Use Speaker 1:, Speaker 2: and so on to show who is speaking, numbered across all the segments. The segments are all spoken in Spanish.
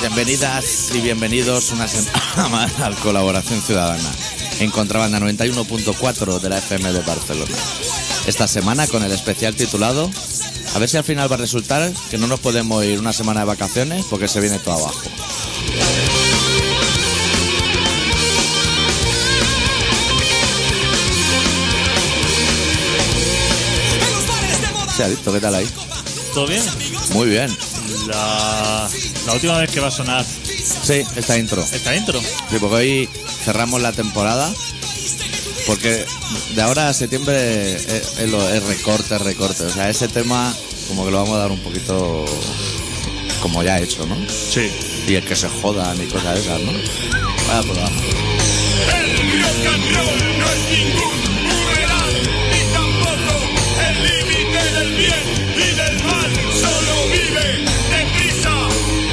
Speaker 1: Bienvenidas y bienvenidos una semana más al Colaboración Ciudadana en Contrabanda 91.4 de la FM de Barcelona. Esta semana con el especial titulado A ver si al final va a resultar que no nos podemos ir una semana de vacaciones porque se viene todo abajo. Se ha visto, ¿qué tal ahí?
Speaker 2: ¿Todo bien?
Speaker 1: Muy bien.
Speaker 2: La, la última vez que va a sonar
Speaker 1: Sí, esta intro.
Speaker 2: esta intro.
Speaker 1: Sí, porque hoy cerramos la temporada. Porque de ahora a septiembre es, es lo- es recorte, es recorte. O sea, ese tema como que lo vamos a dar un poquito como ya hecho, ¿no?
Speaker 2: Sí.
Speaker 1: Y el que se jodan y cosas de esas, ¿no? Vaya por abajo.
Speaker 3: El rock and roll no es ningún funeral, ni tampoco el límite del bien y del mal. Solo vive deprisa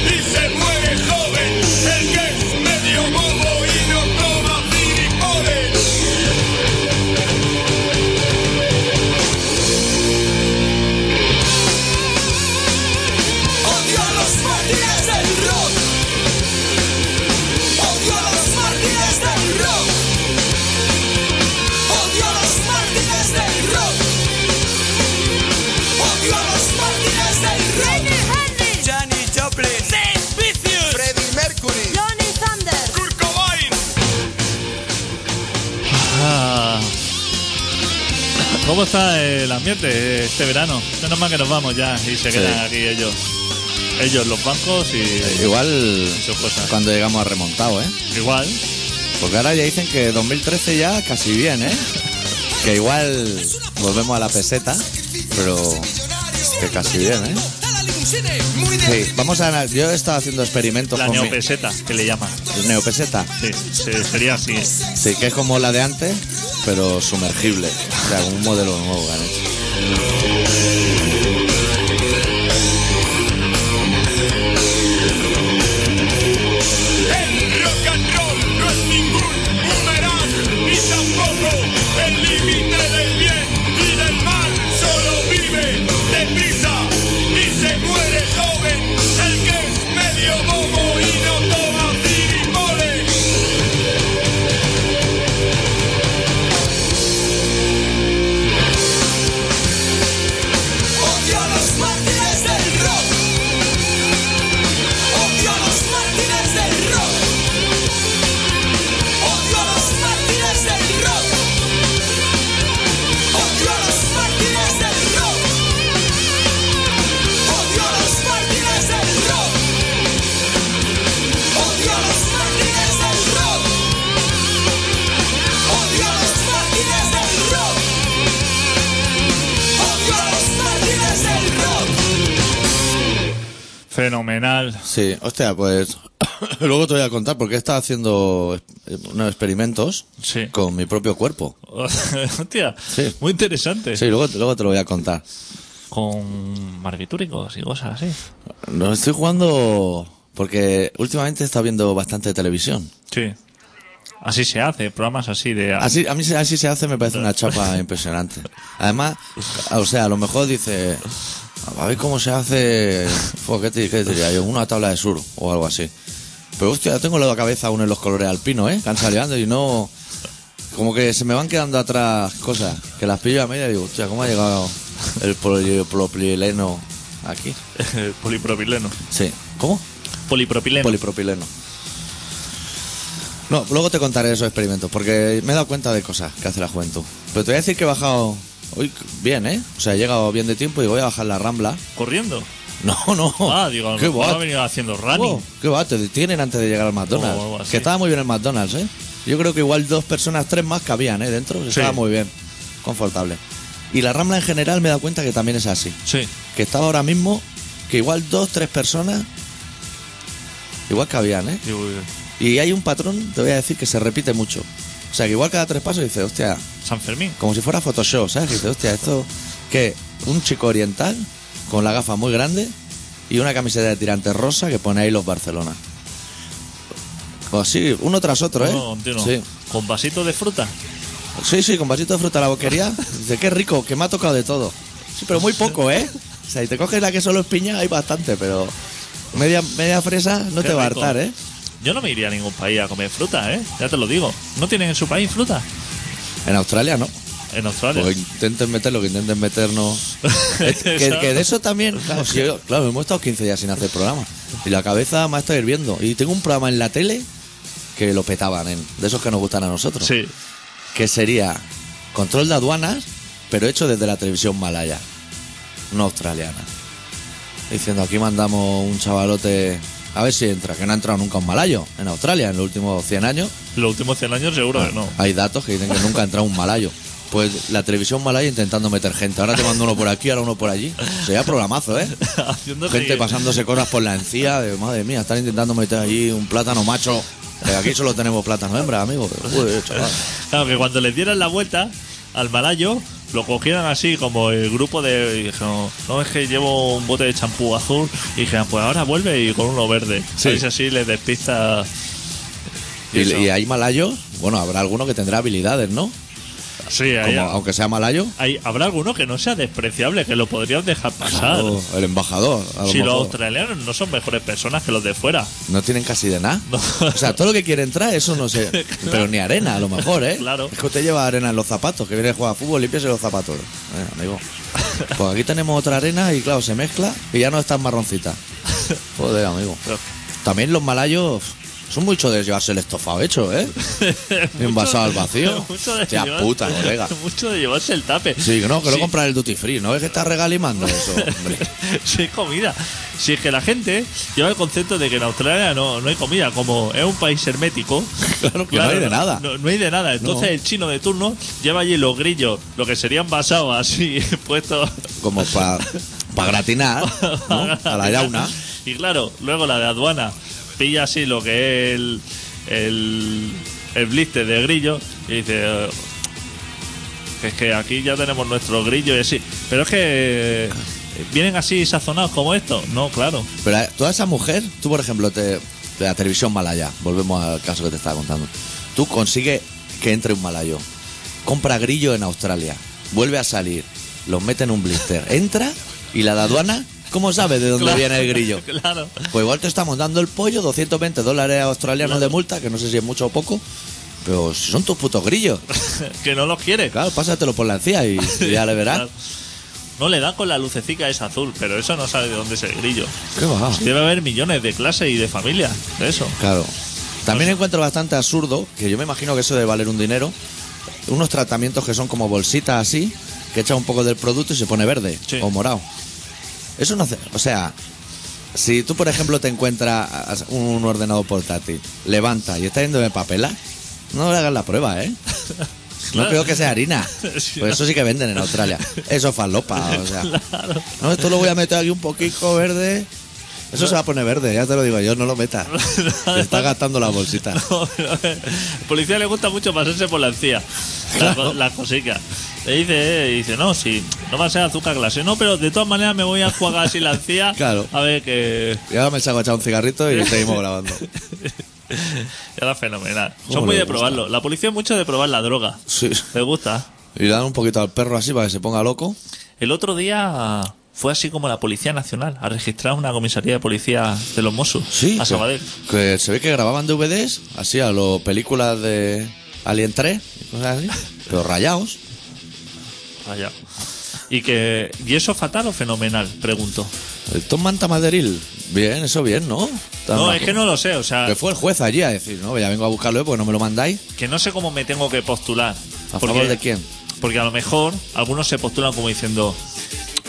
Speaker 3: y se muere joven. El que es medio bobo y no toma gilipollas.
Speaker 4: Odio a los mártires del rock. Odio a los mártires del rock. Odio a los mártires del rock. Odio a los mártires del rock.
Speaker 5: Johnny Joplin, Freddie Mercury,
Speaker 6: Johnny Thunder.
Speaker 3: Kurt Cobain,
Speaker 2: Ah. ¿Cómo está el ambiente este verano? Menos mal que nos vamos ya y se
Speaker 1: Sí.
Speaker 2: quedan aquí ellos. Ellos, los bancos y
Speaker 1: Igual
Speaker 2: sus cosas.
Speaker 1: cuando llegamos a remontado, ¿eh?
Speaker 2: Igual.
Speaker 1: Porque ahora ya dicen que 2013 ya casi bien, ¿eh? Que igual volvemos a la peseta, pero que casi bien, ¿eh? Sí, vamos a... Yo he estado haciendo experimentos
Speaker 2: La
Speaker 1: con mi-
Speaker 2: neopeseta, que le llaman.
Speaker 1: neopeseta.
Speaker 2: Sí, se- sería así.
Speaker 1: Sí, que es como la de antes, pero sumergible. O sea, un modelo nuevo que han hecho.
Speaker 3: el rock and roll no es ningún funeral, ni tampoco el límite del bien y del mal. Solo vive deprisa y se muere joven. El que es medio bobo y no toma gilipollas.
Speaker 4: Odio a los mártires del rock. Odio a los mártires del rock. Odio a los mártires del rock. Odio a los mártires del rock. Odio a los mártires del rock. Odio a los mártires del rock. Odio a los mártires del rock. Odio a los mártires del rock.
Speaker 2: Fenomenal.
Speaker 1: Sí, hostia, pues luego te voy a contar porque he estado haciendo eh, unos experimentos
Speaker 2: Sí.
Speaker 1: con mi propio cuerpo.
Speaker 2: Hostia,
Speaker 1: Sí.
Speaker 2: muy interesante.
Speaker 1: Sí, luego, luego te lo voy a contar.
Speaker 2: Con barbitúricos y cosas así.
Speaker 1: No estoy jugando porque últimamente he estado viendo bastante televisión.
Speaker 2: Sí. Así se hace, programas así de...
Speaker 1: Así, a mí se- así se hace, me parece una chapa impresionante. Además, o sea, a lo mejor dice, a ver cómo se hace, fue, ¿qué, te- qué te diría yo? Una tabla de sur o algo así. Pero hostia, tengo en la cabeza aún en los colores alpinos, ¿eh? Cansaleando y no... Como que se me van quedando atrás cosas, que las pillo a media y digo, hostia, ¿cómo ha llegado el polipropileno aquí?
Speaker 2: Polipropileno.
Speaker 1: Sí. ¿Cómo?
Speaker 2: Polipropileno.
Speaker 1: Polipropileno. No, luego te contaré esos experimentos, porque me he dado cuenta de cosas que hace la juventud. Pero te voy a decir que he bajado hoy bien, ¿eh? O sea, he llegado bien de tiempo y voy a bajar la rambla.
Speaker 2: Corriendo.
Speaker 1: No, no.
Speaker 2: Ah, digo, a lo
Speaker 1: Oh, qué
Speaker 2: mejor
Speaker 1: va.
Speaker 2: ha venido haciendo running.
Speaker 1: Wow, qué va, te detienen antes de llegar al McDonald's.
Speaker 2: O algo así.
Speaker 1: que estaba muy bien el McDonald's, ¿eh? Yo creo que igual dos personas, tres más cabían, ¿eh? Dentro. Estaba muy bien. Confortable. Y la rambla en general me he dado cuenta que también es así
Speaker 2: Sí.
Speaker 1: que estaba ahora mismo, que igual dos, tres personas, igual que habían, ¿eh?
Speaker 2: Digo,
Speaker 1: Y hay un patrón, te voy a decir, que se repite mucho. O sea, que igual cada tres pasos dices, hostia,
Speaker 2: San Fermín.
Speaker 1: como si fuera Photoshop, ¿sabes? Que dices, hostia, esto, que un chico oriental con la gafa muy grande y una camiseta de tirante rosa que pone ahí los Barcelona. Pues sí, uno tras otro, ¿eh?
Speaker 2: No, Oh, continuo.
Speaker 1: sí.
Speaker 2: Con vasito de fruta.
Speaker 1: Sí, sí, con vasito de fruta a la boquería. Dice, qué rico, que me ha tocado de todo. Sí, pero muy poco, ¿eh? O sea, y te coges la que solo es piña, hay bastante, pero Media, media fresa no
Speaker 2: Qué
Speaker 1: te va a
Speaker 2: rico.
Speaker 1: hartar, ¿eh?
Speaker 2: Yo no me iría a ningún país a comer fruta, ¿eh? Ya te lo digo. ¿No tienen en su país fruta?
Speaker 1: En Australia no.
Speaker 2: En Australia.
Speaker 1: Pues intenten meter lo que intenten meternos. que, que de eso también, claro, si yo- claro, hemos estado 15 días sin hacer programa. Y la cabeza me ha estado hirviendo. Y tengo un programa en la tele que lo petaban, en, de esos que nos gustan a nosotros.
Speaker 2: Sí.
Speaker 1: Que sería control de aduanas, pero hecho desde la televisión malaya, no australiana. Diciendo, aquí mandamos un chavalote, a ver si entra, que no ha entrado nunca un malayo en Australia en los últimos 100 años.
Speaker 2: Los últimos 100 años seguro que no.
Speaker 1: Hay datos que dicen que nunca ha entrado un malayo. Pues la televisión malaya intentando meter gente. Ahora te mando uno por aquí, ahora uno por allí. Sería programazo, ¿eh?
Speaker 2: Haciendo
Speaker 1: Gente
Speaker 2: que-
Speaker 1: pasándose cosas por la encía. De, madre mía, están intentando meter allí un plátano macho. Que aquí solo tenemos plátano hembra, amigo. Pero, uy, chaval.
Speaker 2: Claro, que cuando les dieran la vuelta al malayo, lo cogieran así como el grupo de... y dijeron, no, es que llevo un bote de champú azul. Y dijeron, pues ahora vuelve y con uno verde.
Speaker 1: Sí.
Speaker 2: ¿Sabéis? Así les despista...
Speaker 1: Y,
Speaker 2: eso.
Speaker 1: y hay malayos, bueno, habrá alguno que tendrá habilidades, ¿no?
Speaker 2: Sí, ahí-
Speaker 1: Como, aunque sea malayo.
Speaker 2: ahí- habrá alguno que no sea despreciable, que lo podrían dejar pasar.
Speaker 1: o el embajador. a lo
Speaker 2: si los
Speaker 1: mejor.
Speaker 2: australianos no son mejores personas que los de fuera.
Speaker 1: No tienen casi de nada.
Speaker 2: No.
Speaker 1: O sea, todo lo que quieren traer, eso no sé. Pero ni arena, a lo mejor, ¿eh?
Speaker 2: Claro.
Speaker 1: Es que usted lleva arena en los zapatos, que viene a jugar a fútbol, límpiese los zapatos. Eh, amigo. Pues aquí tenemos otra arena y, claro, se mezcla y ya no están marroncitas. Joder, amigo.
Speaker 2: Pero-
Speaker 1: También los malayos son muchos de llevarse el estofado hecho, ¿eh? Y envasado al vacío.
Speaker 2: Mucho de
Speaker 1: Hostia
Speaker 2: llevar-
Speaker 1: puta, colega.
Speaker 2: Mucho de llevarse el tape.
Speaker 1: Sí, que no, que
Speaker 2: Sí.
Speaker 1: no comprar el duty free, ¿no? Es que está regalimando eso, hombre.
Speaker 2: Si es comida. Si es que la gente lleva el concepto de que en Australia no, no hay comida, como es un país hermético.
Speaker 1: Claro, que no hay de nada.
Speaker 2: No, no hay de nada. Entonces
Speaker 1: No.
Speaker 2: el chino de turno lleva allí los grillos, lo que serían basados así, puestos
Speaker 1: Como para gratinar, ¿no? A la yauna.
Speaker 2: Y claro, luego la de aduana pilla así lo que es el, el, el blister de grillo y dice. "Eh, Es que aquí ya tenemos nuestro grillo y así. Pero es que. eh, ¿Vienen así sazonados como esto? No, claro.
Speaker 1: Pero eh, toda esa mujer, tú por ejemplo, te, de la televisión malaya, volvemos al caso que te estaba contando. Tú consigues que entre un malayo, compra grillo en Australia, vuelve a salir, los mete en un blister, entra y la de aduana, ¿cómo sabe de dónde
Speaker 2: Claro,
Speaker 1: viene el grillo?
Speaker 2: Claro.
Speaker 1: Pues igual te estamos dando el pollo, 220 dólares australianos de multa, que no sé si es mucho o poco, pero si son tus putos grillos.
Speaker 2: que no los quiere.
Speaker 1: Claro, pásatelo por la encía y, y ya le verás.
Speaker 2: Claro. No le da con la lucecica esa azul, pero eso no sabe de dónde es el grillo.
Speaker 1: ¿Qué va?
Speaker 2: Debe haber millones de clases y de familias de eso.
Speaker 1: Claro. También encuentro bastante absurdo, que yo me imagino que eso debe valer un dinero, unos tratamientos que son como bolsitas así, que echa un poco del producto y se pone verde
Speaker 2: Sí.
Speaker 1: o morado. Eso no hace. O sea, si tú, por ejemplo, te encuentras un ordenador portátil, levanta y está yendo de papela, no le hagas la prueba, ¿eh? No
Speaker 2: Claro.
Speaker 1: creo que sea harina.
Speaker 2: Sí,
Speaker 1: Pues eso sí que venden en Australia. Eso es falopa, o sea. No, esto lo voy a meter aquí un poquito verde. Eso se va a poner verde, ya te lo digo yo, no lo metas. Te está gastando la bolsita.
Speaker 2: Al policía le gusta mucho pasarse por la encía. La, co- la cosica. Le dice, eh, dice, no, si no va a ser azúcar clase. No, pero de todas maneras me voy a jugar así la encía.
Speaker 1: Claro.
Speaker 2: A ver que.
Speaker 1: Y ahora me saco a echar un cigarrito y seguimos grabando.
Speaker 2: Era fenomenal.
Speaker 1: ¿Cómo
Speaker 2: Son muy
Speaker 1: le
Speaker 2: de
Speaker 1: gusta?
Speaker 2: probarlo. La policía es mucho de probar la droga.
Speaker 1: Sí.
Speaker 2: Me gusta.
Speaker 1: Y le dan un poquito al perro así para que se ponga loco.
Speaker 2: El otro día fue así como la Policía Nacional a registrar una comisaría de policía de los Mossos a
Speaker 1: que,
Speaker 2: Sabadell.
Speaker 1: que se ve que grababan DVDs, así a los películas de Alien 3, y cosas así, pero rayados.
Speaker 2: Vaya. Y que y eso fatal o fenomenal, pregunto.
Speaker 1: El Tom Manta Maderil, bien, eso bien, ¿no? Tan
Speaker 2: No,
Speaker 1: majo.
Speaker 2: es que no lo sé, o sea,
Speaker 1: Que fue el juez allí a decir, no, ya vengo a buscarlo, ¿eh? porque no me lo mandáis.
Speaker 2: que no sé cómo me tengo que postular.
Speaker 1: ¿A favor de quién?
Speaker 2: Porque a lo mejor algunos se postulan como diciendo,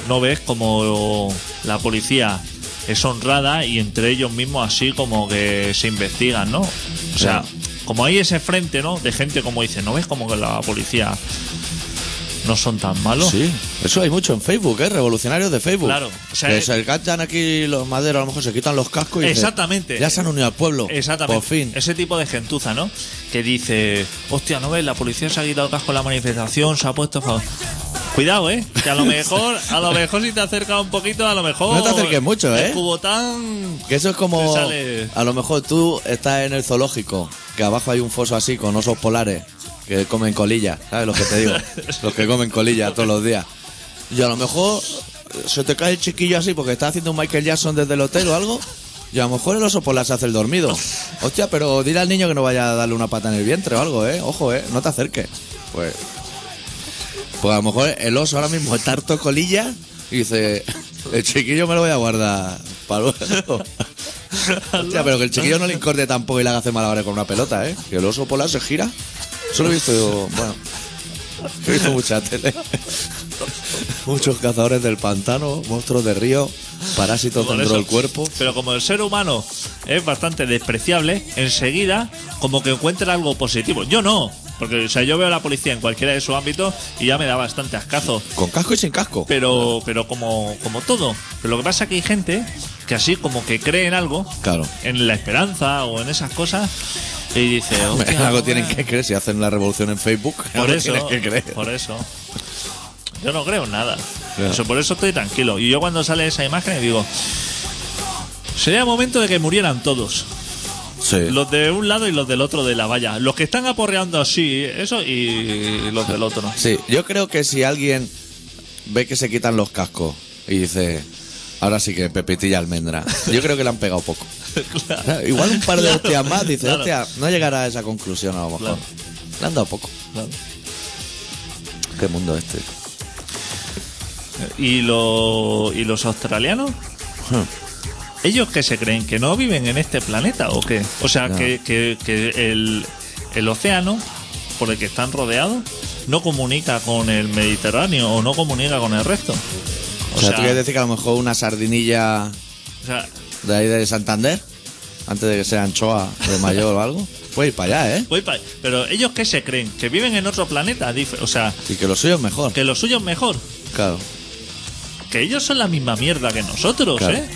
Speaker 2: no ves como la policía es honrada y entre ellos mismos así como que se investigan, ¿no? O sea,
Speaker 1: Claro.
Speaker 2: como hay ese frente, ¿no? De gente como dice, no ves como que la policía no son tan malos.
Speaker 1: Sí, eso hay mucho en Facebook, ¿eh? Revolucionarios de Facebook.
Speaker 2: Claro, o sea,
Speaker 1: que
Speaker 2: eh,
Speaker 1: se cantan aquí los maderos, a lo mejor se quitan los cascos y. dicen,
Speaker 2: Exactamente.
Speaker 1: ya se han unido al pueblo.
Speaker 2: Exactamente.
Speaker 1: Por fin.
Speaker 2: Ese tipo de gentuza, ¿no? Que dice, hostia, no ves, la policía se ha quitado el casco en la manifestación, se ha puesto a favor. Cuidado, ¿eh? Que a lo mejor, a lo mejor si te acercas un poquito, a lo mejor...
Speaker 1: No te acerques mucho, ¿eh?
Speaker 2: El cubotán...
Speaker 1: Que eso es como.
Speaker 2: Te sale-
Speaker 1: A lo mejor tú estás en el zoológico, que abajo hay un foso así con osos polares que comen colillas, ¿sabes lo que te digo? los que comen colillas todos los días. Y a lo mejor eh, se te cae el chiquillo así porque está haciendo un Michael Jackson desde el hotel o algo. Y a lo mejor el oso polar se hace el dormido. Hostia, pero dile al niño que no vaya a darle una pata en el vientre o algo, ¿eh? Ojo, ¿eh? No te acerques. Pues. Pues a lo mejor el oso ahora mismo está harto colilla y dice: El chiquillo me lo voy a guardar para luego. Hostia, pero que el chiquillo no le incorde tampoco y le haga hacer malabares con una pelota, ¿eh? Que el oso polar se gira. Solo he visto yo. Bueno. He visto mucha tele. Muchos cazadores del pantano, monstruos de río, parásitos
Speaker 2: Por
Speaker 1: dentro
Speaker 2: eso.
Speaker 1: del cuerpo.
Speaker 2: Pero como el ser humano es bastante despreciable, enseguida como que encuentra algo positivo. Yo no, porque o sea, yo veo a la policía en cualquiera de sus ámbitos y ya me da bastante ascazo.
Speaker 1: Con casco y sin casco.
Speaker 2: Pero, pero como, como todo. Pero lo que pasa es que hay gente que así como que cree en algo,
Speaker 1: Claro.
Speaker 2: en la esperanza o en esas cosas, y dice,
Speaker 1: Hombre,
Speaker 2: "Hostia,
Speaker 1: algo
Speaker 2: no,
Speaker 1: tienen
Speaker 2: eh".
Speaker 1: que creer. Si hacen la revolución en Facebook,
Speaker 2: Por
Speaker 1: algo
Speaker 2: eso,
Speaker 1: tienen que creer.
Speaker 2: por eso. Yo no creo en nada.
Speaker 1: Ya.
Speaker 2: Eso, por eso estoy tranquilo. Y yo cuando sale esa imagen digo, sería momento de que murieran todos.
Speaker 1: Sí.
Speaker 2: Los de un lado y los del otro de la valla. Los que están aporreando así, eso, y los del otro.
Speaker 1: Sí, yo creo que si alguien ve que se quitan los cascos y dice, ahora sí que Pepitilla Almendra, yo creo que le han pegado poco.
Speaker 2: Claro.
Speaker 1: Igual un par de
Speaker 2: Claro,
Speaker 1: hostias más, dice,
Speaker 2: claro,
Speaker 1: hostia, no llegará a esa conclusión a lo mejor.
Speaker 2: Claro.
Speaker 1: Le han dado poco.
Speaker 2: claro.
Speaker 1: Qué mundo este.
Speaker 2: ¿Y, lo- ¿Y los australianos? ¿Ellos que se creen? ¿Que no viven en este planeta o qué? O sea,
Speaker 1: Ya.
Speaker 2: que, que- que el, el océano por el que están rodeados no comunica con el Mediterráneo o no comunica con el resto.
Speaker 1: O, sea, tú quieres decir que a lo mejor una sardinilla
Speaker 2: o sea,
Speaker 1: de ahí de Santander, antes de que sea anchoa de mayor o algo, puede ir para allá, ¿eh?
Speaker 2: voy pa- pero ellos que se creen? ¿Que viven en otro planeta? Dif- O sea,
Speaker 1: Y que lo suyo es mejor.
Speaker 2: que lo suyo es mejor.
Speaker 1: Claro.
Speaker 2: Que ellos son la misma mierda que nosotros,
Speaker 1: Claro.
Speaker 2: ¿eh?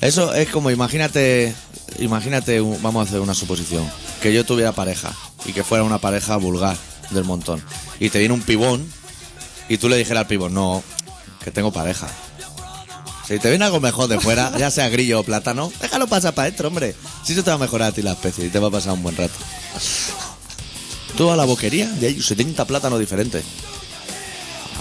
Speaker 1: Eso es como, imagínate, imagínate, un- vamos a hacer una suposición, que yo tuviera pareja y que fuera una pareja vulgar del montón. Y te viene un pibón y tú le dijeras al pibón, no, que tengo pareja. Si te viene algo mejor de fuera, ya sea grillo o plátano, déjalo pasar para adentro, hombre. Si eso te va a mejorar a ti la especie y te va a pasar un buen rato. Tú a la boquería y hay 70 plátanos diferentes.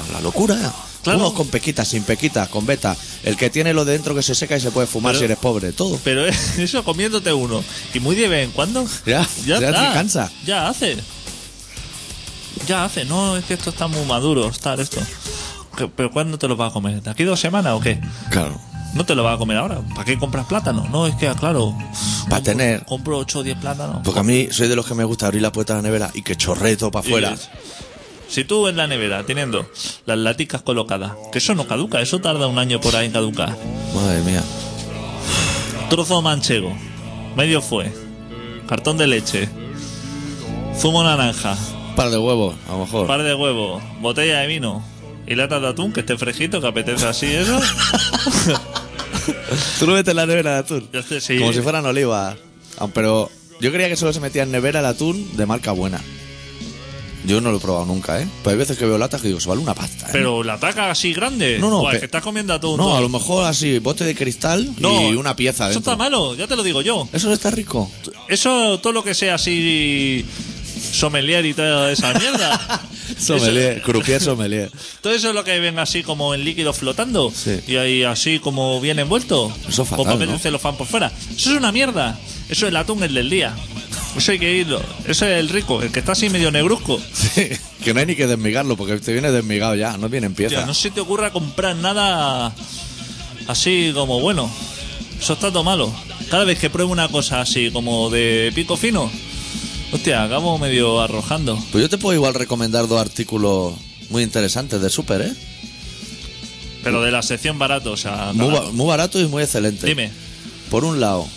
Speaker 1: A La locura.
Speaker 2: Claro.
Speaker 1: Unos con pequitas, sin pequitas, con beta. El que tiene lo de dentro que se seca y se puede fumar
Speaker 2: Pero-
Speaker 1: si eres pobre. Todo.
Speaker 2: Pero eso comiéndote uno. Y muy de vez en cuando.
Speaker 1: Ya, ya te
Speaker 2: está.
Speaker 1: cansa.
Speaker 2: Ya hace. Ya hace. No, es que esto está muy maduro, está esto. Que- ¿Pero cuándo te lo vas a comer? ¿De aquí dos semanas o qué?
Speaker 1: Claro.
Speaker 2: No te lo vas a comer ahora. ¿Para qué compras plátano? No, es que, ah, claro.
Speaker 1: Para
Speaker 2: compro-
Speaker 1: tener.
Speaker 2: Compro 8 o 10 plátanos.
Speaker 1: Porque a mí soy de los que me gusta abrir la puerta de la nevera y que chorree todo para afuera.
Speaker 2: Y- Si tú en la nevera, teniendo las laticas colocadas, que eso no caduca, eso tarda un año por ahí en caducar.
Speaker 1: Madre mía.
Speaker 2: Trozo manchego. Medio fue. Cartón de leche. Zumo naranja.
Speaker 1: Un par de huevos, a lo mejor.
Speaker 2: Par de huevos. Botella de vino. Y lata de atún, que esté fresquito, que apetece así eso.
Speaker 1: Tú lo metes en la nevera de atún.
Speaker 2: Yo sé, sí.
Speaker 1: Como si fueran olivas. Ah, Pero yo creía que solo se metía en nevera el atún de marca buena. Yo no lo he probado nunca, ¿eh? Pero hay veces que veo latas que digo, se vale una pasta. ¿eh?
Speaker 2: Pero la taca así grande.
Speaker 1: No, no,
Speaker 2: Buah,
Speaker 1: pe-
Speaker 2: que estás comiendo atún.
Speaker 1: No,
Speaker 2: tú.
Speaker 1: a lo mejor así, bote de cristal
Speaker 2: No,
Speaker 1: y una pieza.
Speaker 2: Eso
Speaker 1: dentro.
Speaker 2: está malo, ya te lo digo yo.
Speaker 1: Eso no está rico.
Speaker 2: Eso, todo lo que sea así. Sommelier y toda esa mierda.
Speaker 1: Sommelier, croupier sommelier.
Speaker 2: Todo eso es lo que ven así como en líquido flotando
Speaker 1: Sí.
Speaker 2: y ahí así como bien envuelto.
Speaker 1: Eso es fatal,
Speaker 2: Con papel
Speaker 1: ¿no?
Speaker 2: de celofán por fuera. Eso es una mierda. Eso es el atún el del día. Eso hay que irlo. Eso es el rico, el que está así medio negruzco.
Speaker 1: Sí, que no hay ni que desmigarlo porque te viene desmigado ya, no viene en
Speaker 2: Tío,
Speaker 1: pieza.
Speaker 2: no se te ocurra comprar nada así como bueno. Eso está todo malo. Cada vez que pruebo una cosa así como de pico fino, hostia, acabo medio arrojando.
Speaker 1: Pues yo te puedo igual recomendar dos artículos muy interesantes de Super, ¿eh?
Speaker 2: Pero de la sección barato, o sea,
Speaker 1: Muy,
Speaker 2: barato.
Speaker 1: ba- muy barato y muy excelente.
Speaker 2: dime,
Speaker 1: Por un lado,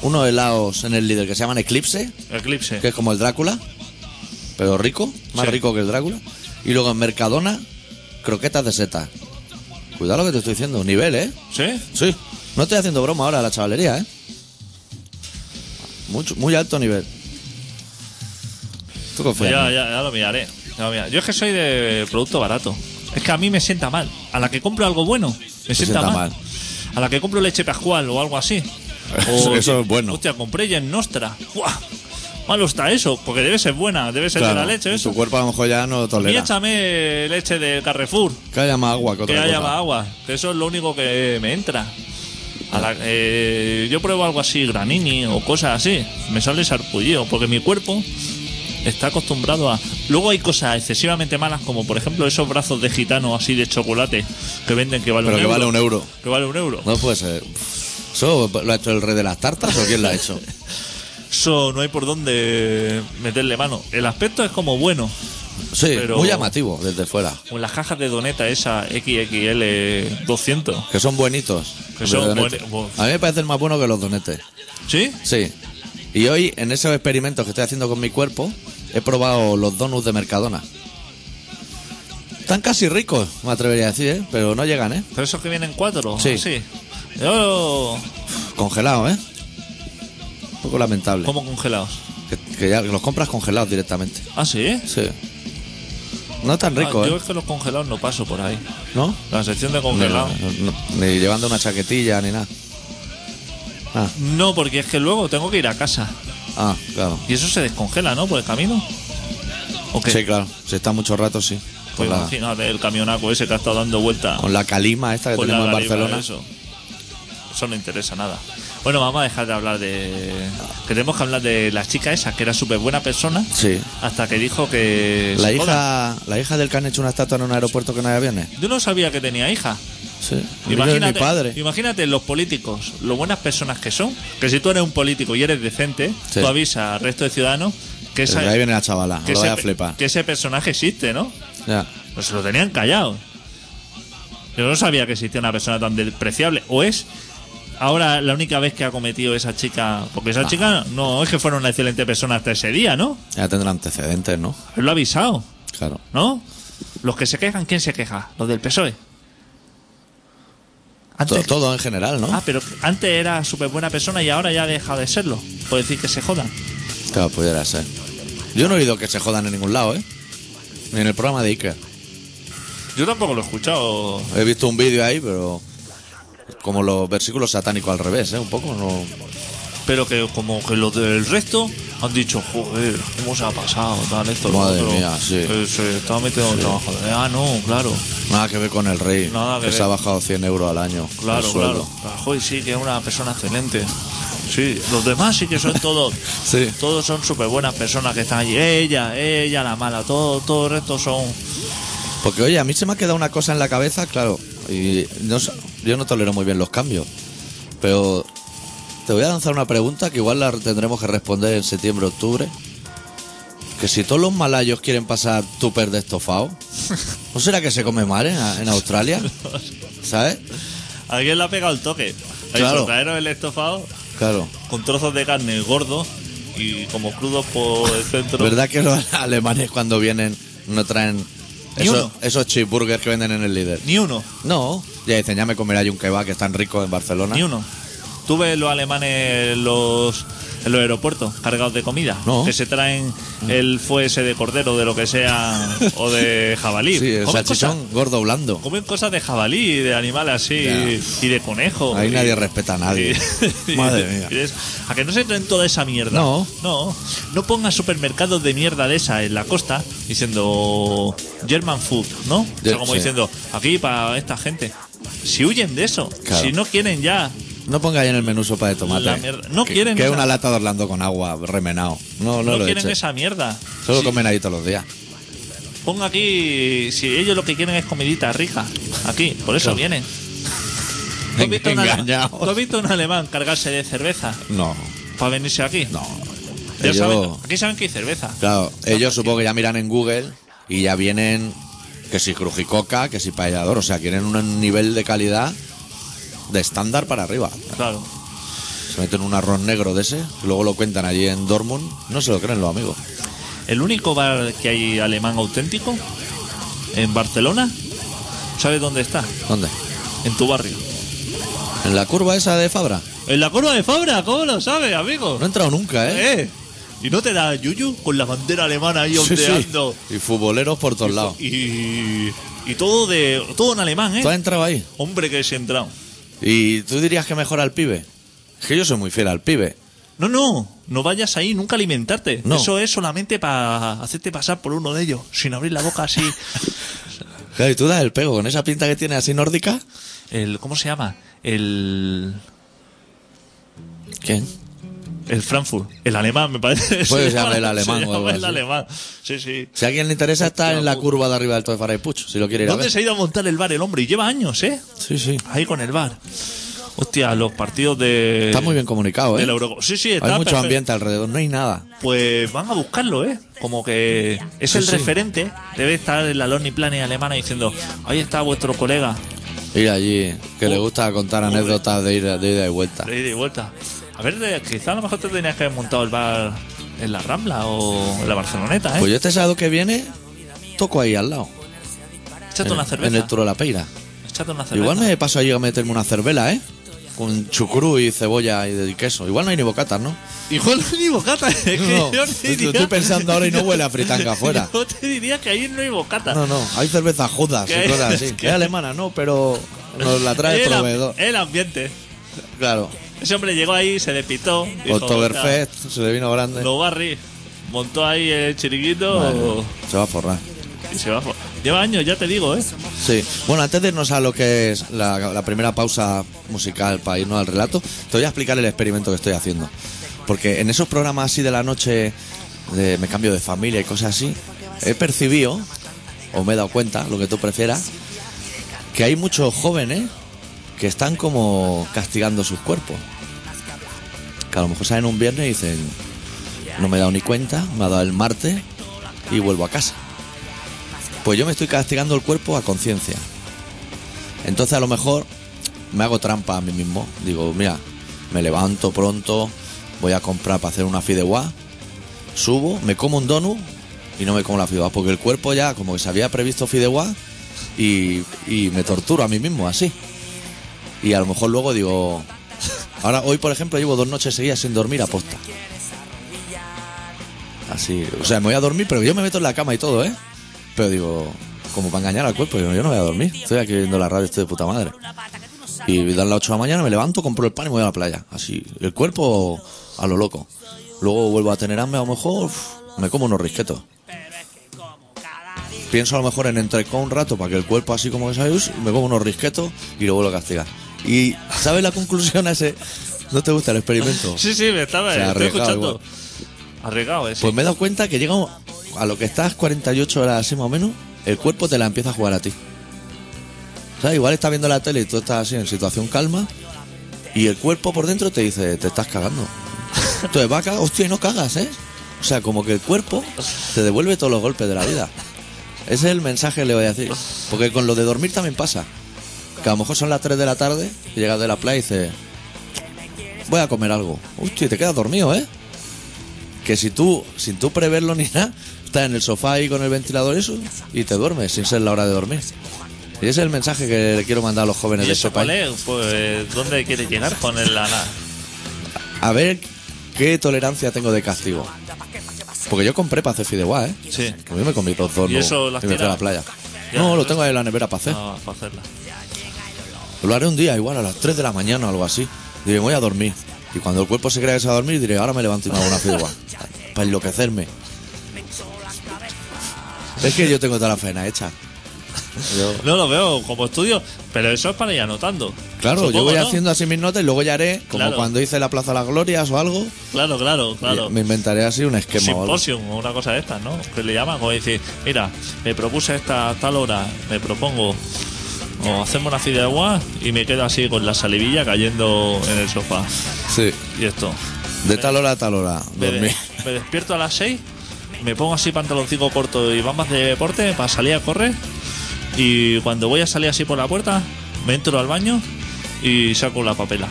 Speaker 1: unos helados en el líder que se llaman Eclipse,
Speaker 2: Eclipse.
Speaker 1: que es como el Drácula, pero rico, más
Speaker 2: Sí.
Speaker 1: rico que el Drácula. Y luego en Mercadona, croquetas de seta. Cuidado lo que te estoy diciendo, nivel, ¿eh?
Speaker 2: ¿Sí?
Speaker 1: Sí, no estoy haciendo broma ahora a la chavalería, ¿eh? Mucho, muy alto nivel. Tú confías.
Speaker 2: Pues
Speaker 1: en
Speaker 2: ya,
Speaker 1: mí.
Speaker 2: ya, ya lo miraré. ya lo miraré. Yo es que soy de producto barato. Es que a mí me sienta mal. A la que compro algo bueno, me sienta,
Speaker 1: sienta
Speaker 2: mal.
Speaker 1: mal.
Speaker 2: A la que compro leche pascual o algo así.
Speaker 1: Eso- eso es bueno.
Speaker 2: Hostia, compré y en Nostra. ¡Buah! Malo está eso, porque debe ser buena, debe ser
Speaker 1: Claro,
Speaker 2: de la leche eso.
Speaker 1: Tu cuerpo a lo mejor ya no
Speaker 2: Y
Speaker 1: tolera.
Speaker 2: échame leche de Carrefour,
Speaker 1: Que haya más agua que
Speaker 2: que
Speaker 1: otra
Speaker 2: haya
Speaker 1: cosa.
Speaker 2: más agua, que eso es lo único que me entra. A la- eh, yo pruebo algo así, granini o cosas así. Me sale sarpullido, porque mi cuerpo está acostumbrado a. Luego hay cosas excesivamente malas, como por ejemplo esos brazos de gitano así de chocolate que venden que vale
Speaker 1: Pero
Speaker 2: un
Speaker 1: que
Speaker 2: euro.
Speaker 1: vale un euro.
Speaker 2: Que vale un euro.
Speaker 1: No puede ser. ¿Eso lo ha hecho el rey de las tartas o quién lo ha hecho?
Speaker 2: Eso no hay por dónde meterle mano. El aspecto es como bueno.
Speaker 1: Sí,
Speaker 2: Pero-
Speaker 1: muy llamativo desde fuera.
Speaker 2: Con las cajas de doneta esa XXL 200.
Speaker 1: Que son buenitos.
Speaker 2: Que son
Speaker 1: Los donetes.
Speaker 2: buen- bu-
Speaker 1: A mí me parecen más buenos que los donetes.
Speaker 2: ¿Sí?
Speaker 1: Sí. Y hoy, en esos experimentos que estoy haciendo con mi cuerpo, he probado los donuts de Mercadona. Están casi ricos, me atrevería a decir, ¿eh? Pero no llegan, ¿eh?
Speaker 2: Pero esos que vienen cuatro.
Speaker 1: Sí.
Speaker 2: Sí. Yo.
Speaker 1: Congelados, ¿eh? Un poco lamentable.
Speaker 2: Como congelados.
Speaker 1: Que, que ya los compras congelados directamente.
Speaker 2: Ah, sí.
Speaker 1: Sí. No tan
Speaker 2: Ah,
Speaker 1: rico,
Speaker 2: yo
Speaker 1: ¿eh?
Speaker 2: es que los congelados no paso por ahí.
Speaker 1: ¿No?
Speaker 2: La sección de
Speaker 1: No,
Speaker 2: congelados.
Speaker 1: no, no, ni llevando una chaquetilla ni nada. Ah,
Speaker 2: No, porque es que luego tengo que ir a casa.
Speaker 1: ah, claro.
Speaker 2: Y eso se descongela, ¿no? Por el camino. ¿O qué?
Speaker 1: Sí, claro. Si está mucho rato, sí. Con,
Speaker 2: Pues
Speaker 1: la,
Speaker 2: imagínate el camionaco ese que ha estado dando vuelta
Speaker 1: con la calima esta que
Speaker 2: por la
Speaker 1: tenemos en
Speaker 2: Gariba,
Speaker 1: Barcelona.
Speaker 2: Eso. Eso no interesa nada. Bueno, vamos a dejar de hablar de. Que tenemos que hablar de la chica esa, que era súper buena persona.
Speaker 1: Sí.
Speaker 2: Hasta que dijo que.
Speaker 1: La
Speaker 2: se jodan.
Speaker 1: hija, la hija del que han hecho una estatua en un aeropuerto que no había aviones.
Speaker 2: Yo no sabía que tenía hija.
Speaker 1: Sí. Yo soy
Speaker 2: Imagínate,
Speaker 1: mi padre.
Speaker 2: imagínate los políticos, lo buenas personas que son. Que si tú eres un político y eres decente,
Speaker 1: Sí.
Speaker 2: tú avisas al resto de ciudadanos que,
Speaker 1: Pero
Speaker 2: esa-
Speaker 1: ahí viene la chavala.
Speaker 2: que
Speaker 1: Lo
Speaker 2: ese,
Speaker 1: vaya a flipar.
Speaker 2: que ese personaje existe, ¿no?
Speaker 1: Ya.
Speaker 2: Pues se lo tenían callado. Yo no sabía que existía una persona tan despreciable. O es ahora la única vez que ha cometido esa chica. Porque
Speaker 1: Ah.
Speaker 2: esa chica no es que fuera una excelente persona hasta ese día, ¿no?
Speaker 1: Ya tendrá antecedentes, ¿no?
Speaker 2: Él lo ha avisado,
Speaker 1: Claro.
Speaker 2: ¿no? Los que se quejan, ¿quién se queja? Los del PSOE.
Speaker 1: To-
Speaker 2: E. Antes,
Speaker 1: Todo, en general, ¿no?
Speaker 2: Ah, pero antes era súper buena persona y ahora ya ha dejado de serlo. Por decir que se jodan.
Speaker 1: Claro, pudiera ser. Yo no he oído que se jodan en ningún lado, ¿eh? Ni en el programa de Iker.
Speaker 2: Yo tampoco lo he escuchado.
Speaker 1: He visto un vídeo ahí, pero. Como los versículos satánicos al revés, ¿eh? Un poco, no.
Speaker 2: Pero que como que los del resto han dicho, joder, ¿cómo se ha pasado? Tal, esto, lo
Speaker 1: Madre
Speaker 2: otro".
Speaker 1: mía, sí.
Speaker 2: Eh, se estaba metiendo en trabajo. Eh, Ah, no, claro,
Speaker 1: Nada que ver con el rey.
Speaker 2: Nada que
Speaker 1: se
Speaker 2: ver.
Speaker 1: ha bajado 100 euros al año.
Speaker 2: claro,
Speaker 1: el sueldo.
Speaker 2: claro. Rajoy sí que es una persona excelente. Sí, los demás sí que son todos.
Speaker 1: Sí.
Speaker 2: Todos son súper buenas personas que están allí. Ella, ella, la mala, todo, todo el resto son.
Speaker 1: Porque oye, a mí se me ha quedado una cosa en la cabeza, claro, y no so- yo no tolero muy bien los cambios, pero te voy a lanzar una pregunta que igual la tendremos que responder en septiembre, octubre. Que si todos los malayos quieren pasar tupper de estofado, ¿no será que se come mal en, en Australia? ¿Sabes?
Speaker 2: Alguien le ha pegado el toque. Ha
Speaker 1: Claro.
Speaker 2: dicho, traeros el estofado
Speaker 1: Claro.
Speaker 2: con trozos de carne gordos y como crudos por el centro.
Speaker 1: ¿Verdad que los alemanes cuando vienen no traen
Speaker 2: Ni
Speaker 1: esos,
Speaker 2: uno.
Speaker 1: esos cheeseburgers que venden en el líder?
Speaker 2: Ni uno.
Speaker 1: No, ya dicen, ya me comerá yo un kebab que es tan rico en Barcelona.
Speaker 2: Ni uno. ¿Tú ves los alemanes en los, en los aeropuertos cargados de comida?
Speaker 1: No. Mm.
Speaker 2: Que se traen el fuese de cordero, de lo que sea, o de jabalí.
Speaker 1: Sí, el
Speaker 2: Comen cosas-
Speaker 1: salchichón gordo blando.
Speaker 2: Comen cosas de jabalí, y de animal así,
Speaker 1: Ya.
Speaker 2: y de conejo.
Speaker 1: Ahí
Speaker 2: y-
Speaker 1: nadie respeta a nadie.
Speaker 2: y-
Speaker 1: Madre
Speaker 2: y-
Speaker 1: mía.
Speaker 2: y es- a que no se traen toda esa mierda.
Speaker 1: No.
Speaker 2: No. No pongas supermercados de mierda de esa en la costa diciendo German food, ¿no? o sea,
Speaker 1: Ger-
Speaker 2: como
Speaker 1: sí.
Speaker 2: diciendo, aquí para esta gente. Si huyen de eso,
Speaker 1: Claro.
Speaker 2: si no quieren ya
Speaker 1: No pongáis en el menú sopa de tomate.
Speaker 2: La mierda. No
Speaker 1: que,
Speaker 2: quieren
Speaker 1: Que es
Speaker 2: esa-
Speaker 1: una lata de Orlando con agua remenado. No, no,
Speaker 2: No
Speaker 1: lo
Speaker 2: quieren
Speaker 1: eches.
Speaker 2: esa mierda.
Speaker 1: Solo
Speaker 2: Si-
Speaker 1: comen ahí todos los días.
Speaker 2: Ponga aquí, si ellos lo que quieren es comidita rica, aquí, por eso vienen. ¿Tú has, visto un ale-
Speaker 1: Engañados.
Speaker 2: tú has visto un alemán cargarse de cerveza
Speaker 1: No,
Speaker 2: para venirse aquí?
Speaker 1: no.
Speaker 2: Ya
Speaker 1: Ellos,
Speaker 2: saben- aquí saben que hay cerveza.
Speaker 1: claro, ellos supongo que ya miran en Google y ya vienen que si crujicoca, que si paellador. O sea, quieren un nivel de calidad de estándar para arriba.
Speaker 2: Claro.
Speaker 1: Se meten un arroz negro de ese, luego lo cuentan allí en Dortmund. No se lo creen los amigos.
Speaker 2: El único bar que hay alemán auténtico en Barcelona, ¿sabes dónde está?
Speaker 1: ¿Dónde?
Speaker 2: En tu barrio.
Speaker 1: ¿En la curva esa de Fabra?
Speaker 2: En la curva de Fabra, ¿cómo lo sabes, amigo?
Speaker 1: No he entrado nunca, ¿eh?
Speaker 2: ¿Eh? ¿Y no te da yuyu con la bandera alemana ahí
Speaker 1: Sí, sí.
Speaker 2: ondeando?
Speaker 1: Y futboleros por todos lados.
Speaker 2: Y, y todo de todo en alemán, ¿eh?
Speaker 1: ¿Tú has entrado ahí?
Speaker 2: Hombre que se entrado.
Speaker 1: ¿Y tú dirías que mejor al pibe? Es que yo soy muy fiel al pibe.
Speaker 2: No, no, no vayas ahí nunca a alimentarte.
Speaker 1: No.
Speaker 2: Eso es solamente para hacerte pasar por uno de ellos, sin abrir la boca así.
Speaker 1: Claro, y tú das el pego con esa pinta que tiene así nórdica.
Speaker 2: El, ¿Cómo se llama? El,
Speaker 1: ¿Quién?
Speaker 2: El Frankfurt, el alemán, me parece.
Speaker 1: Puede
Speaker 2: Se
Speaker 1: llamar
Speaker 2: llama-
Speaker 1: el alemán
Speaker 2: se
Speaker 1: o algo
Speaker 2: llama el
Speaker 1: así.
Speaker 2: alemán. Sí, sí.
Speaker 1: Si a alguien le interesa, está en la curva de arriba del Toy Faray Pucho, si lo quiere ir a
Speaker 2: ¿Dónde
Speaker 1: ver.
Speaker 2: se ha ido a montar el bar el hombre? Y lleva años, ¿eh?
Speaker 1: Sí, sí.
Speaker 2: Ahí con el bar. Hostia, los partidos de.
Speaker 1: Está muy bien comunicado, ¿eh?
Speaker 2: del Euro- Sí, sí, está
Speaker 1: Hay mucho
Speaker 2: perfecto.
Speaker 1: ambiente alrededor, no hay nada.
Speaker 2: Pues van a buscarlo, ¿eh? Como que es
Speaker 1: Sí,
Speaker 2: el
Speaker 1: sí.
Speaker 2: referente. Debe estar en la Lonnie Planet alemana diciendo: Ahí está vuestro colega,
Speaker 1: Ir allí, que
Speaker 2: Oh.
Speaker 1: le gusta contar anécdotas de ida, de ida y vuelta.
Speaker 2: de ida y vuelta. A ver, de- quizá a lo mejor te tenías que haber montado el bar en la Rambla o en la Barceloneta, ¿eh?
Speaker 1: Pues yo este sábado que viene toco ahí al lado.
Speaker 2: Échate
Speaker 1: en,
Speaker 2: una cerveza.
Speaker 1: en el Turo de la Peira.
Speaker 2: Échate una cerveza.
Speaker 1: Igual me paso allí a meterme una cervela, ¿eh? Con chucrú y cebolla y de queso. Igual no hay ni bocatas, ¿no?
Speaker 2: Igual no hay ni bocata. Es que
Speaker 1: No,
Speaker 2: yo
Speaker 1: esto
Speaker 2: ni diría-
Speaker 1: estoy pensando ahora y no huele a fritanga afuera.
Speaker 2: Yo te diría que ahí no hay bocata.
Speaker 1: No, no, hay cervezas judas
Speaker 2: ¿Qué?
Speaker 1: y cosas así.
Speaker 2: ¿Qué?
Speaker 1: Es alemana, no, pero nos la trae el
Speaker 2: el, am-
Speaker 1: proveedor.
Speaker 2: el ambiente.
Speaker 1: Claro,
Speaker 2: Ese hombre llegó ahí, se despitó. dijo,
Speaker 1: Oktoberfest, se le vino
Speaker 2: "Venga,
Speaker 1: grande.
Speaker 2: Lo barri. Montó ahí el chiriquito
Speaker 1: Bueno, se va a forrar.
Speaker 2: y se bajó. Lleva años, ya te digo, ¿eh?
Speaker 1: Sí, bueno, antes de irnos a lo que es la, la primera pausa musical para irnos al relato, te voy a explicar el experimento que estoy haciendo. Porque en esos programas así de la noche, de me cambio de familia y cosas así, he percibido, o me he dado cuenta, lo que tú prefieras, que hay muchos jóvenes que están como castigando sus cuerpos. Que a lo mejor salen un viernes y dicen, no me he dado ni cuenta, me ha dado el martes y vuelvo a casa. Pues yo me estoy castigando el cuerpo a conciencia. Entonces a lo mejor me hago trampa a mí mismo. Digo, mira, me levanto pronto, voy a comprar para hacer una fideuá, subo, me como un donut y no me como la fideuá, porque el cuerpo ya como que se había previsto fideuá y, y me torturo a mí mismo así. Y a lo mejor luego digo, ahora hoy por ejemplo llevo dos noches seguidas sin dormir a posta. Así, o sea, me voy a dormir, pero yo me meto en la cama y todo, ¿eh? Pero digo, como para engañar al cuerpo, digo, yo no voy a dormir. Estoy aquí viendo la radio, estoy de puta madre. Y dan las 8 de la mañana, me levanto, compro el pan y me voy a la playa. Así, el cuerpo a lo loco. Luego vuelvo a tener hambre, a lo mejor uf, me como unos risquetos. Pienso a lo mejor en entrecón un rato para que el cuerpo así como que sabes, me como unos risquetos y lo vuelvo a castigar. Y ¿sabes la conclusión a ese? ¿No te gusta el experimento?
Speaker 2: Sí, sí, me estaba
Speaker 1: O sea,
Speaker 2: estoy
Speaker 1: arriesgado
Speaker 2: escuchando. Arriesgado, ¿eh? Sí.
Speaker 1: Pues me he dado cuenta que llega un- a lo que estás 48 horas así más o menos, el cuerpo te la empieza a jugar a ti. O sea, igual estás viendo la tele y tú estás así en situación calma y el cuerpo por dentro te dice, te estás cagando. Entonces va a cagar, hostia, y no cagas, ¿eh? O sea, como que el cuerpo te devuelve todos los golpes de la vida. Ese es el mensaje que le voy a decir. Porque con lo de dormir también pasa. Que a lo mejor son las 3 de la tarde, y llegas de la playa y dices, voy a comer algo. Hostia, te quedas dormido, ¿eh? que si tú, sin tú preverlo ni nada, estás en el sofá ahí con el ventilador y eso y te duermes sin ser la hora de dormir. Y ese es el mensaje que le quiero mandar a los jóvenes
Speaker 2: ¿Y
Speaker 1: de
Speaker 2: eso
Speaker 1: este
Speaker 2: cuál
Speaker 1: país.
Speaker 2: es? Pues, ¿dónde quieres llegar con el lana?
Speaker 1: A ver qué tolerancia tengo de castigo. Porque yo compré para hacer fideuá, ¿eh?
Speaker 2: Sí.
Speaker 1: A mí me comí dos donuts
Speaker 2: ¿Y eso las
Speaker 1: y me fui a la
Speaker 2: tiras?
Speaker 1: playa.
Speaker 2: Ya,
Speaker 1: no, lo
Speaker 2: pues.
Speaker 1: tengo ahí en la nevera para hacer.
Speaker 2: No, para hacerla.
Speaker 1: Lo haré un día, igual a las 3 de la mañana o algo así. Diré, me voy a dormir. Y cuando el cuerpo se crea que se va a dormir, diré, ahora me levanto y me hago una fideuá. para enloquecerme. Es que yo tengo toda la faena hecha. Yo-
Speaker 2: No lo veo como estudio, pero eso es para ir anotando.
Speaker 1: Claro, yo
Speaker 2: Supongo,
Speaker 1: voy
Speaker 2: ¿no?
Speaker 1: haciendo así mis notas y luego ya haré, como
Speaker 2: Claro.
Speaker 1: cuando hice la Plaza de las Glorias o algo,
Speaker 2: Claro, claro, claro.
Speaker 1: me inventaré así un esquema o algo.
Speaker 2: simposium o una cosa de estas, ¿no? Que le llaman como decir, mira, me propuse esta tal hora, me propongo, o hacemos una fila de agua y me quedo así con la salivilla cayendo en el sofá.
Speaker 1: Sí,
Speaker 2: Y esto,
Speaker 1: de tal hora a tal hora,
Speaker 2: me, de-
Speaker 1: dormir.
Speaker 2: me despierto a las 6, me pongo así pantaloncito corto y bambas de deporte para salir a correr y cuando voy a salir así por la puerta, me entro al baño y saco la papela.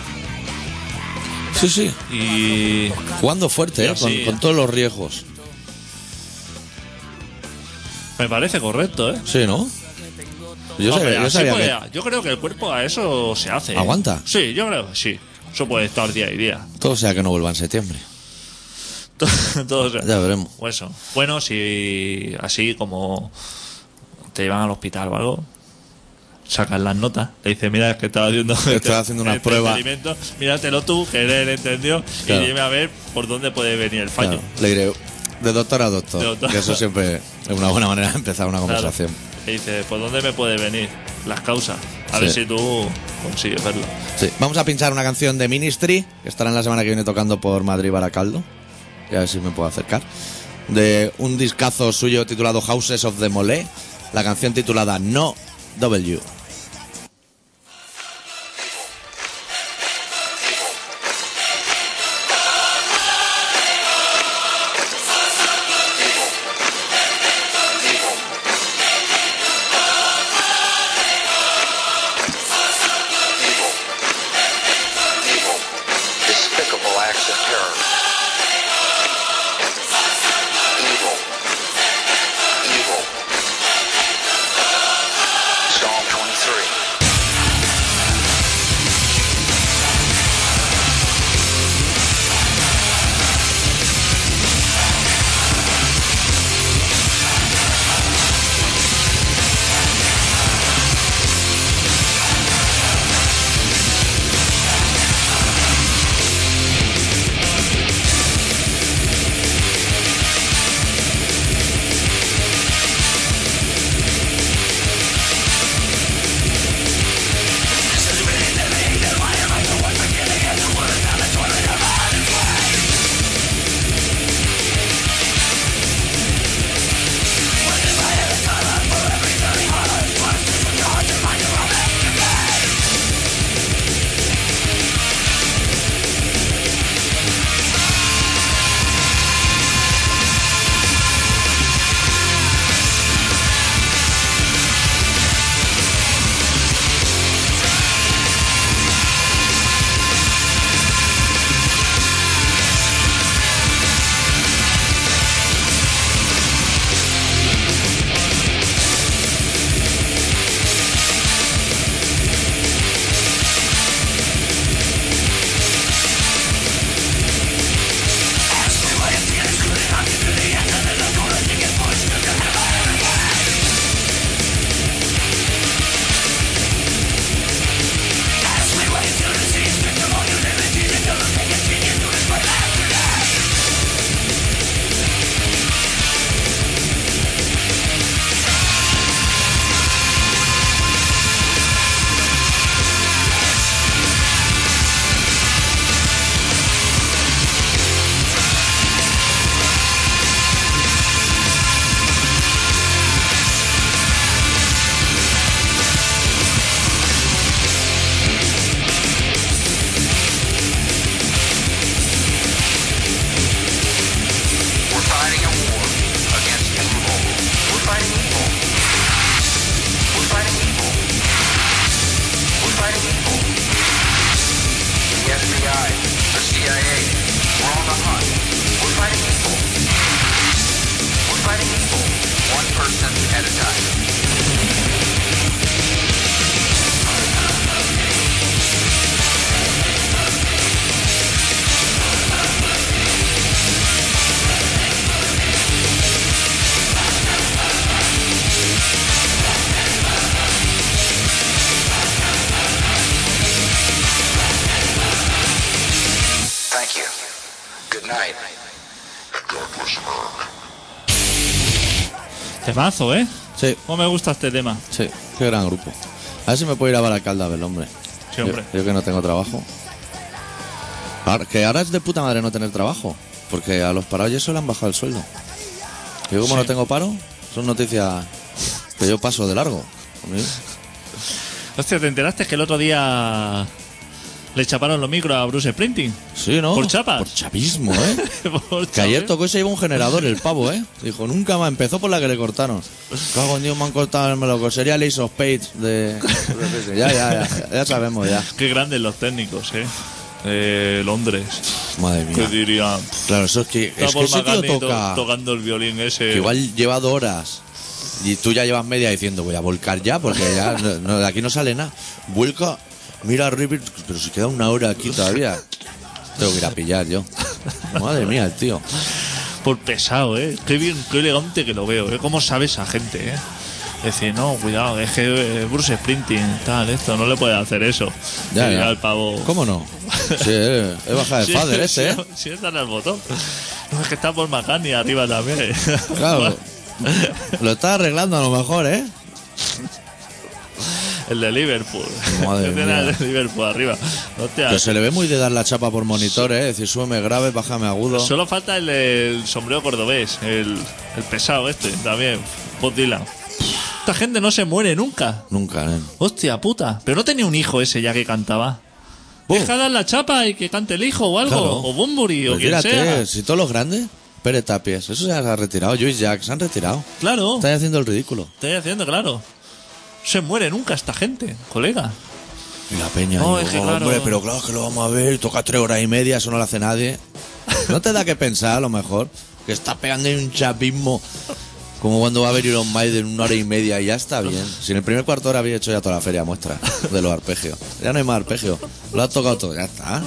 Speaker 1: Sí, sí,
Speaker 2: Y
Speaker 1: jugando fuerte,
Speaker 2: Y
Speaker 1: ¿eh? con,
Speaker 2: así-
Speaker 1: con todos los riesgos.
Speaker 2: me parece correcto, ¿eh?
Speaker 1: Sí, ¿no? Yo
Speaker 2: Hombre,
Speaker 1: sabía, yo
Speaker 2: así
Speaker 1: sabía
Speaker 2: puede-
Speaker 1: que
Speaker 2: yo creo que el cuerpo a eso se hace. ¿eh?
Speaker 1: ¿Aguanta?
Speaker 2: Sí, yo creo que sí. Eso puede estar día y día.
Speaker 1: todo sea que no vuelva en septiembre.
Speaker 2: Todo- todo se-
Speaker 1: Ya veremos.
Speaker 2: O eso. Bueno, si así como te llevan al hospital o algo, sacan las notas. Le dices, mira, es que estaba haciendo. este
Speaker 1: Estaba haciendo una prueba.
Speaker 2: experimento, Míratelo tú, que él entendió,
Speaker 1: Claro.
Speaker 2: y dime a ver por dónde puede venir el fallo.
Speaker 1: Claro, le diré, de doctor a doctor,
Speaker 2: De doctor.
Speaker 1: que eso siempre es una buena manera de empezar una
Speaker 2: Claro.
Speaker 1: conversación.
Speaker 2: Le dices, ¿por dónde me puede venir? las causas. A
Speaker 1: Sí.
Speaker 2: ver si tú consigues verlo.
Speaker 1: Sí. Vamos a pinchar una canción de Ministry, que estarán la semana que viene tocando por Madrid Baracaldo. Y a ver si me puedo acercar. De un discazo suyo titulado Houses of the Molé. La canción titulada No W.
Speaker 6: evil, evil, despicable acts of terror. Evil, evil. Psalm 23. We're fighting a war against evil. We're fighting evil. We're fighting evil. We're fighting evil. The FBI, the CIA, we're on the hunt. We're fighting evil. We're fighting evil. One person at a time. Thank you. Good night. Douglas Murray.
Speaker 2: Temazo, ¿eh?
Speaker 1: Sí,
Speaker 2: ¿Cómo me gusta este tema?
Speaker 1: sí, qué gran grupo. A ver si me puedo ir a Baracaldo a ver, hombre.
Speaker 2: Sí, hombre.
Speaker 1: Yo, yo que no tengo trabajo. Ahora- que ahora es de puta madre no tener trabajo. Porque a los parados y eso le han bajado el sueldo. Yo como
Speaker 2: Sí.
Speaker 1: no tengo paro, son noticias que yo paso de largo. A mí-
Speaker 2: Hostia, ¿te enteraste que el otro día le chaparon los micros a Bruce Sprinting?
Speaker 1: Sí, ¿no?
Speaker 2: Por chapas.
Speaker 1: Por chapismo, ¿eh? Que ayer tocó y se llevó un generador el pavo, ¿eh? Dijo, nunca más. Empezó por la que le cortaron. Cago en Dios, me han cortado el melocotón. Sería el Ace of Spades de... Ya, ya, ya. Ya sabemos, ya.
Speaker 2: Qué grandes los técnicos, ¿eh? Eh, Londres.
Speaker 1: Madre
Speaker 2: ¿Qué
Speaker 1: mía.
Speaker 2: dirían?
Speaker 1: Claro, eso es que...
Speaker 2: Está
Speaker 1: Es que
Speaker 2: Paul
Speaker 1: ese tío
Speaker 2: McCartney to-
Speaker 1: toca...
Speaker 2: tocando el violín ese.
Speaker 1: que igual lleva dos horas. Y tú ya llevas media diciendo, voy a volcar ya, porque ya no- no, de aquí no sale nada. Vuelca, mira a River, pero si queda una hora aquí todavía. Tengo que ir a pillar yo. Madre mía, el tío.
Speaker 2: Por pesado, ¿eh? Qué bien, qué elegante que lo veo, ¿eh? ¿Cómo sabe esa gente, eh? Decir, no, cuidado, es que eh, Bruce Sprinting, tal, esto, no le puede hacer eso.
Speaker 1: Ya,
Speaker 2: Y
Speaker 1: ya.
Speaker 2: el pavo.
Speaker 1: ¿Cómo no? Sí, eh, es baja de
Speaker 2: Sí,
Speaker 1: fader ese, ¿eh?
Speaker 2: sí, sí, está en el botón. No, es que está por McCartney arriba también. ¿eh?
Speaker 1: Claro. Lo está arreglando a lo mejor, ¿eh?
Speaker 2: El de Liverpool.
Speaker 1: Madre
Speaker 2: Que tiene
Speaker 1: mía.
Speaker 2: el de Liverpool arriba. Hostia.
Speaker 1: Que se le ve muy de dar la chapa por monitores, es decir, súbeme grave, bájame agudo.
Speaker 2: Solo falta el, el sombrero cordobés, el, el pesado este, también, Bob Dylan. Esta gente no se muere nunca.
Speaker 1: Nunca, ¿eh?
Speaker 2: Hostia puta. Pero no tenía un hijo ese ya que cantaba.
Speaker 1: Buh.
Speaker 2: Deja dar la chapa y que cante el hijo o algo.
Speaker 1: Claro. Pues
Speaker 2: O Bumburi o quien sea.
Speaker 1: Retírate, si todos los grandes, Pérez Tapies, eso ya se ha retirado, Luis Jack, se han retirado.
Speaker 2: Claro.
Speaker 1: Están haciendo el ridículo.
Speaker 2: Estoy haciendo, claro. No se muere nunca esta gente, colega.
Speaker 1: Y la peña,
Speaker 2: No,
Speaker 1: y
Speaker 2: es que
Speaker 1: yo,
Speaker 2: claro.
Speaker 1: hombre, pero claro es que lo vamos a ver, y toca tres horas y media, eso no lo hace nadie. No te da que pensar, a lo mejor, que está pegando en un chapismo. Como cuando va a ver Iron Maiden una hora y media y ya está bien. Si en el primer cuarto hora había hecho ya toda la feria muestra de los arpegios. Ya no hay más arpegios. Lo has tocado todo, ya está.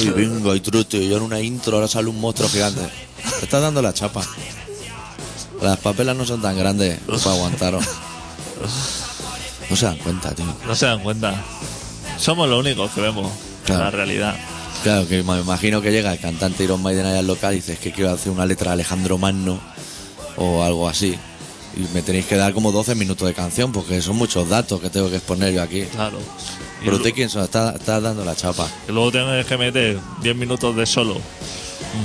Speaker 1: Uy, bingo y trute, y yo en una intro ahora sale un monstruo gigante. Te estás dando la chapa. Las papelas no son tan grandes para aguantaros. No se dan cuenta, tío.
Speaker 2: No se dan cuenta. Somos los únicos que vemos
Speaker 1: Claro.
Speaker 2: la realidad.
Speaker 1: Claro, que me imagino que llega el cantante Iron Maiden allá al local y dices que quiero hacer una letra a Alejandro Magno o algo así. Y me tenéis que dar como 12 minutos de canción porque son muchos datos que tengo que exponer yo aquí.
Speaker 2: Claro. Y
Speaker 1: Pero
Speaker 2: lu-
Speaker 1: usted quién son, está, está dando la chapa.
Speaker 2: Y luego tienes que meter 10 minutos de solo,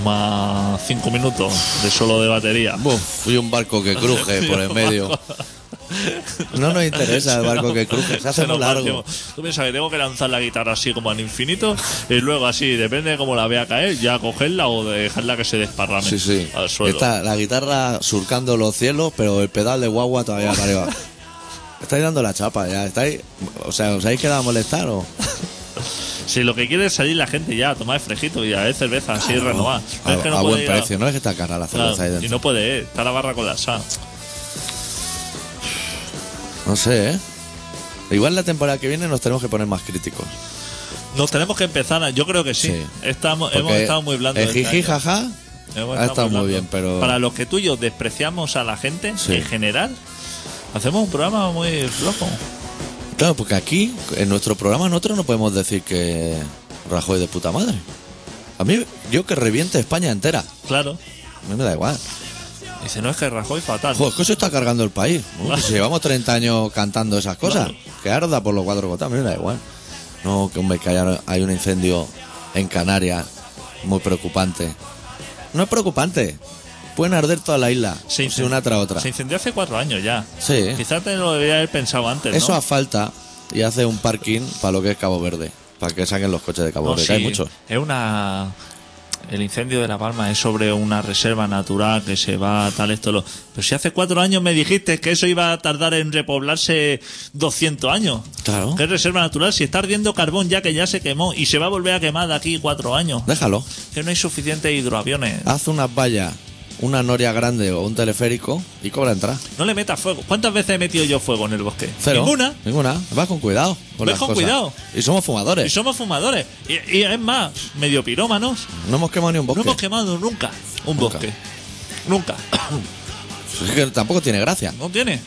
Speaker 2: más 5 minutos de solo de batería.
Speaker 1: Buf, fui un barco que cruje por el medio. No nos interesa el barco que cruje, se hace
Speaker 2: Se
Speaker 1: muy
Speaker 2: nos va el
Speaker 1: largo.
Speaker 2: tiempo. Tú piensas que tengo que lanzar la guitarra así como al infinito y luego así, depende de cómo la vea caer, ya cogerla o dejarla que se desparrame
Speaker 1: Sí, sí.
Speaker 2: al suelo.
Speaker 1: Está la guitarra surcando los cielos, pero el pedal de guagua todavía para arriba. Estáis dando la chapa ya, estáis... O sea, ¿os habéis quedado a molestar o...?
Speaker 2: Si lo que quiere es salir la gente ya a tomar fresquito y a ver cerveza así renovada. No
Speaker 1: A,
Speaker 2: es que no
Speaker 1: a
Speaker 2: puede
Speaker 1: buen
Speaker 2: ir a-
Speaker 1: precio, no es que está cara la
Speaker 2: Claro,
Speaker 1: cerveza ahí
Speaker 2: y
Speaker 1: dentro.
Speaker 2: no puede, ir, está la barra con la sa.
Speaker 1: No sé, ¿eh? Igual la temporada que viene nos tenemos que poner más críticos.
Speaker 2: Nos tenemos que empezar, a- yo creo que sí.
Speaker 1: Sí.
Speaker 2: Estamos, hemos
Speaker 1: Porque
Speaker 2: estado muy blandos.
Speaker 1: El
Speaker 2: este
Speaker 1: jiji,
Speaker 2: año.
Speaker 1: jaja,
Speaker 2: Hemos
Speaker 1: ha estado muy
Speaker 2: Eh, hablando.
Speaker 1: bien, pero...
Speaker 2: Para los que tú y yo despreciamos a la gente
Speaker 1: Sí.
Speaker 2: en general, hacemos un programa muy flojo.
Speaker 1: Claro, porque aquí, en nuestro programa, nosotros no podemos decir que Rajoy de puta madre. A mí, yo que reviente España entera.
Speaker 2: Claro.
Speaker 1: A mí me da igual.
Speaker 2: Dice, no es que Rajoy fatal.
Speaker 1: Joder, es que se está cargando el país. Uy, que si llevamos 30 años cantando esas cosas. Que arda por los cuatro costados, a mí me da igual. No, que hombre, que haya- hay un incendio en Canarias muy preocupante. No es preocupante. Pueden arder toda la isla,
Speaker 2: Se
Speaker 1: si
Speaker 2: incen-
Speaker 1: pues una tras otra.
Speaker 2: Se incendió hace cuatro años ya.
Speaker 1: Sí.
Speaker 2: Quizás te lo debería haber pensado antes. ¿no?
Speaker 1: Eso asfalta y hace un parking para lo que es Cabo Verde. Para que saquen los coches de Cabo
Speaker 2: No,
Speaker 1: Verde.
Speaker 2: Oh, sí,
Speaker 1: que hay muchos.
Speaker 2: Es una. El incendio de La Palma es sobre una reserva natural que se va tal esto. Lo... Pero si hace cuatro años me dijiste que eso iba a tardar en repoblarse 200 años.
Speaker 1: Claro.
Speaker 2: ¿Qué reserva natural? Si está ardiendo carbón ya que ya se quemó y se va a volver a quemar de aquí cuatro años.
Speaker 1: Déjalo.
Speaker 2: Que no hay suficientes hidroaviones.
Speaker 1: Haz unas vallas, una noria grande o un teleférico y cobra entrada.
Speaker 2: No le metas fuego. ¿Cuántas veces he metido yo fuego en el bosque?
Speaker 1: Cero.
Speaker 2: Ninguna.
Speaker 1: Ninguna. Vas con cuidado. Con
Speaker 2: Ve
Speaker 1: las
Speaker 2: con
Speaker 1: cosas.
Speaker 2: cuidado.
Speaker 1: Y somos
Speaker 2: Y
Speaker 1: fumadores.
Speaker 2: somos fumadores. Y, y es más, medio pirómanos.
Speaker 1: No hemos quemado ni un
Speaker 2: No
Speaker 1: bosque.
Speaker 2: hemos quemado nunca un
Speaker 1: Nunca.
Speaker 2: bosque. Nunca.
Speaker 1: Es que tampoco tiene gracia.
Speaker 2: No tiene.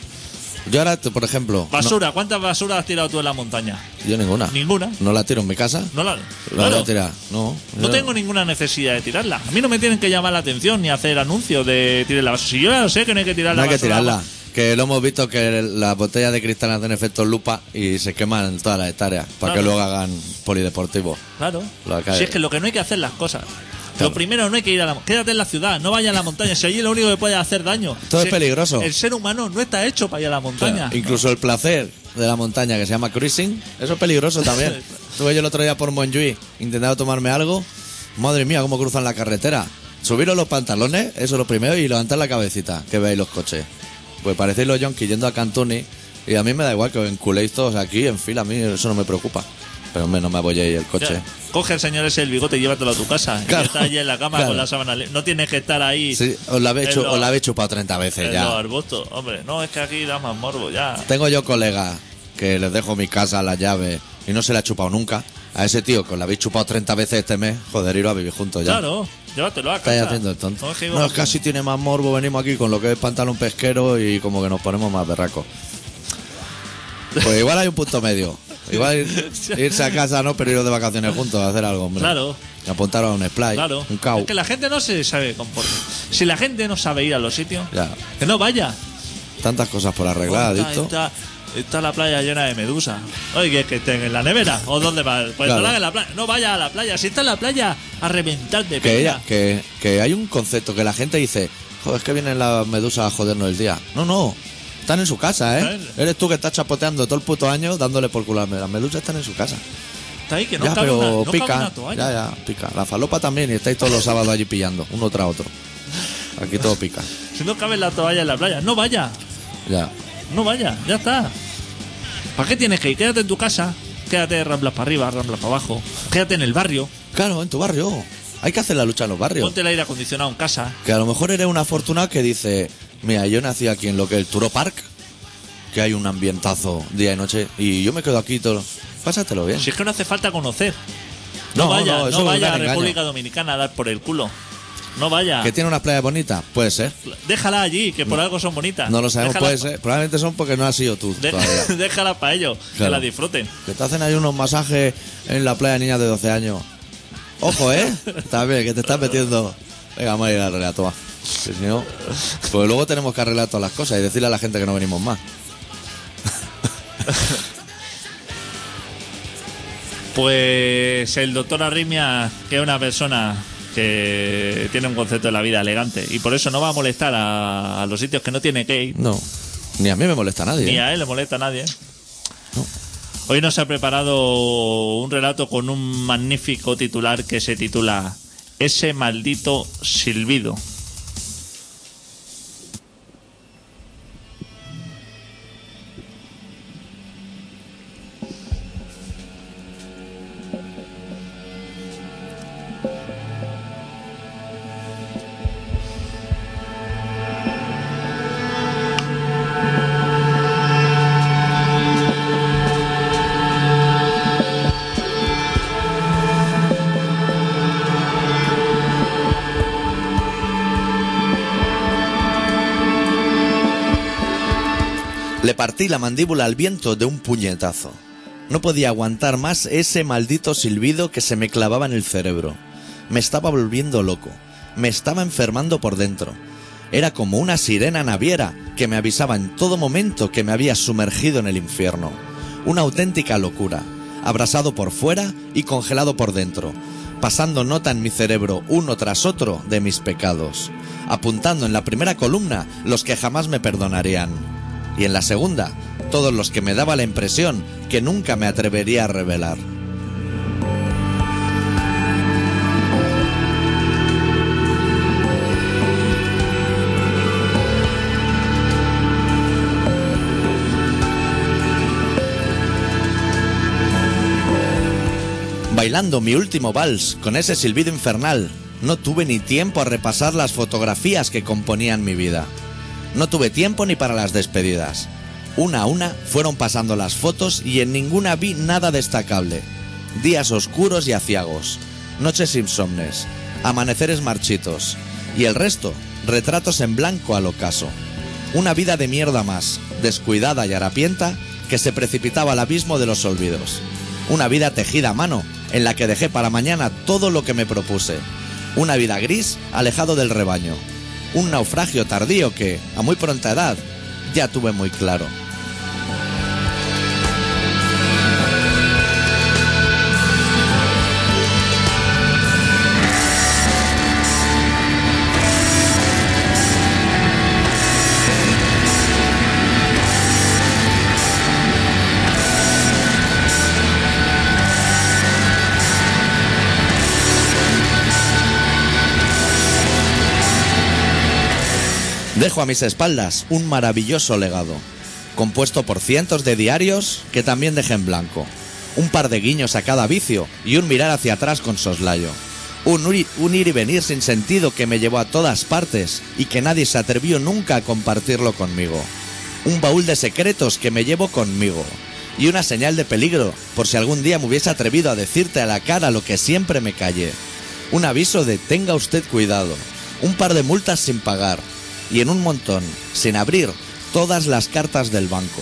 Speaker 1: Yo ahora, te- por ejemplo.
Speaker 2: Basura, ¿cuántas basuras has tirado tú en la montaña?
Speaker 1: no- yo ninguna.
Speaker 2: Ninguna.
Speaker 1: No la tiro en mi casa.
Speaker 2: No la.
Speaker 1: La
Speaker 2: claro,
Speaker 1: voy a tirar. No.
Speaker 2: no
Speaker 1: Yo-
Speaker 2: tengo ninguna necesidad de tirarla. A mí no me tienen que llamar la atención ni hacer anuncios de tirar la basura. Si yo ya lo sé que no hay que tirar
Speaker 1: No
Speaker 2: la
Speaker 1: hay que
Speaker 2: basura.
Speaker 1: tirarla. Que lo hemos visto que las botellas de cristal hacen efecto lupa y se queman todas las hectáreas para
Speaker 2: Claro.
Speaker 1: que luego hagan polideportivo.
Speaker 2: pues, Claro.
Speaker 1: Lo que hay.
Speaker 2: Si es que lo que no hay que hacer las cosas.
Speaker 1: Claro.
Speaker 2: Lo primero no hay que ir a la quédate en la ciudad, no vayas a la montaña, si allí lo único que puede hacer daño.
Speaker 1: Todo
Speaker 2: Si
Speaker 1: es peligroso.
Speaker 2: El ser humano no está hecho para ir a la
Speaker 1: O sea,
Speaker 2: montaña.
Speaker 1: incluso el placer de la montaña que se llama cruising, eso es peligroso también. Estuve yo el otro día por Montjuic intentando tomarme algo. Madre mía, cómo cruzan la carretera. Subiros los pantalones, eso es lo primero, y levantar la cabecita, que veáis los coches. Pues parecéis los yonkis yendo a Cantoni, y a mí me da igual que os enculéis todos aquí en fila, a mí eso no me preocupa. Pero hombre, no me apoyéis el
Speaker 2: Ya,
Speaker 1: coche.
Speaker 2: Coge al señor ese el bigote y llévatelo a tu casa.
Speaker 1: Claro.
Speaker 2: Y está allí en la cama
Speaker 1: Claro.
Speaker 2: con la sábana. li- No tienes que estar ahí.
Speaker 1: Sí, os la habéis,
Speaker 2: en
Speaker 1: chu-
Speaker 2: los-
Speaker 1: os la habéis chupado 30 veces
Speaker 2: en
Speaker 1: ya.
Speaker 2: los arbustos. Hombre, no, es que aquí da más morbo ya.
Speaker 1: Tengo yo colegas que les dejo mi casa, la llave, y no se la ha chupado nunca. A ese tío que la habéis chupado 30 veces este mes, joder, iros a vivir juntos ya.
Speaker 2: Claro, llévatelo a casa.
Speaker 1: Estáis haciendo el tonto.
Speaker 2: No, es que digo-
Speaker 1: No, es que así tiene más morbo, venimos aquí con lo que es pantalón pesquero y como que nos ponemos más berracos. Pues igual hay un punto medio. Igual ir- irse a casa, no, pero ir de vacaciones juntos a hacer algo, hombre.
Speaker 2: Claro.
Speaker 1: Apuntaron a un splash,
Speaker 2: Claro.
Speaker 1: un cau.
Speaker 2: Es que la gente no se sabe comportar. Si la gente no sabe ir a los sitios,
Speaker 1: Ya.
Speaker 2: que no vaya.
Speaker 1: Tantas cosas por arreglar,
Speaker 2: Está-
Speaker 1: adicto.
Speaker 2: está- Está la playa llena de medusas. Oye, ¿quieres que estén en la nevera? ¿O dónde va? Pues
Speaker 1: Claro.
Speaker 2: no la hagas en la playa. No vaya a la playa. Si está en la playa, a reventar de
Speaker 1: Que,
Speaker 2: pena.
Speaker 1: ella, que, que hay un concepto que la gente dice, joder, es que vienen las medusas a jodernos el día. No, no, están en su casa, ¿eh?
Speaker 2: Claro.
Speaker 1: Eres tú que estás chapoteando todo el puto año dándole por culo a las medusas. Las medusas están en su casa.
Speaker 2: Está ahí que no
Speaker 1: ya,
Speaker 2: cabe
Speaker 1: pero
Speaker 2: una, no cabe
Speaker 1: pica.
Speaker 2: una toalla.
Speaker 1: ya, ya, pica. La falopa también y estáis todos los sábados allí pillando, uno tras otro. Aquí todo pica.
Speaker 2: Si no cabe la toalla en la playa, no vaya.
Speaker 1: Ya.
Speaker 2: No vaya, ya está. ¿Para qué tienes que ir? Quédate en tu casa. Quédate ramblas para arriba, ramblas para abajo. Quédate en el barrio.
Speaker 1: Claro, en tu barrio. Hay que hacer la lucha en los barrios.
Speaker 2: Ponte el aire acondicionado en casa.
Speaker 1: Que a lo mejor eres un afortunado que dice, mira, yo nací aquí en lo que es el Turo Park, que hay un ambientazo día y noche, y yo me quedo aquí todo. Pásatelo bien.
Speaker 2: Si es que no hace falta conocer. No,
Speaker 1: No,
Speaker 2: vaya,
Speaker 1: no,
Speaker 2: no,
Speaker 1: eso es un
Speaker 2: vaya
Speaker 1: gran
Speaker 2: a
Speaker 1: engaño.
Speaker 2: República Dominicana a dar por el culo. No vaya.
Speaker 1: Que tiene unas playas bonitas, puede ser.
Speaker 2: Déjala allí, que por algo son bonitas.
Speaker 1: No lo sabemos,
Speaker 2: Déjala
Speaker 1: puede
Speaker 2: pa-
Speaker 1: ser. Probablemente son porque no has sido tú
Speaker 2: de-
Speaker 1: todavía.
Speaker 2: déjala para ellos, que
Speaker 1: Claro.
Speaker 2: la disfruten.
Speaker 1: Que te hacen ahí unos masajes en la playa de niñas de 12 años. Ojo, ¿eh? También, que te estás metiendo. Venga, vamos a ir a arreglar, toma. Que si no, pues luego tenemos que arreglar todas las cosas y decirle a la gente que no venimos más.
Speaker 2: Pues el doctor Arritmia, que es una persona que tiene un concepto de la vida elegante y por eso no va a molestar a, a los sitios que no tiene que ir,
Speaker 1: No. Ni a mí me molesta nadie.
Speaker 2: ni
Speaker 1: ¿eh?
Speaker 2: a él le molesta a nadie. ¿eh?
Speaker 1: No.
Speaker 2: Hoy nos ha preparado un relato con un magnífico titular que se titula Ese maldito silbido.
Speaker 1: Le partí la mandíbula al viento de un puñetazo. No podía aguantar más ese maldito silbido que se me clavaba en el cerebro. Me estaba volviendo loco. Me estaba enfermando por dentro. Era como una sirena naviera que me avisaba en todo momento que me había sumergido en el infierno. Una auténtica locura. Abrasado por fuera y congelado por dentro. Pasando nota en mi cerebro uno tras otro de mis pecados. Apuntando en la primera columna los que jamás me perdonarían y en la segunda, todos los que me daba la impresión que nunca me atrevería a revelar. Bailando mi último vals con ese silbido infernal, no tuve ni tiempo a repasar las fotografías que componían mi vida. No tuve tiempo ni para las despedidas. Una a una fueron pasando las fotos y en ninguna vi nada destacable. Días oscuros y aciagos, noches insomnes, amaneceres marchitos y el resto, retratos en blanco al ocaso. Una vida de mierda más, descuidada y harapienta, que se precipitaba al abismo de los olvidos. Una vida tejida a mano, en la que dejé para mañana todo lo que me propuse. Una vida gris, alejado del rebaño. Un naufragio tardío que, a muy pronta edad, ya tuve muy claro. Dejo a mis espaldas un maravilloso legado, compuesto por cientos de diarios que también dejé en blanco, un par de guiños a cada vicio y un mirar hacia atrás con soslayo, un, uri- un ir y venir sin sentido que me llevó a todas partes y que nadie se atrevió nunca a compartirlo conmigo, un baúl de secretos que me llevo conmigo y una señal de peligro por si algún día me hubiese atrevido a decirte a la cara lo que siempre me callé, un aviso de tenga usted cuidado, un par de multas sin pagar y en un montón, sin abrir, todas las cartas del banco,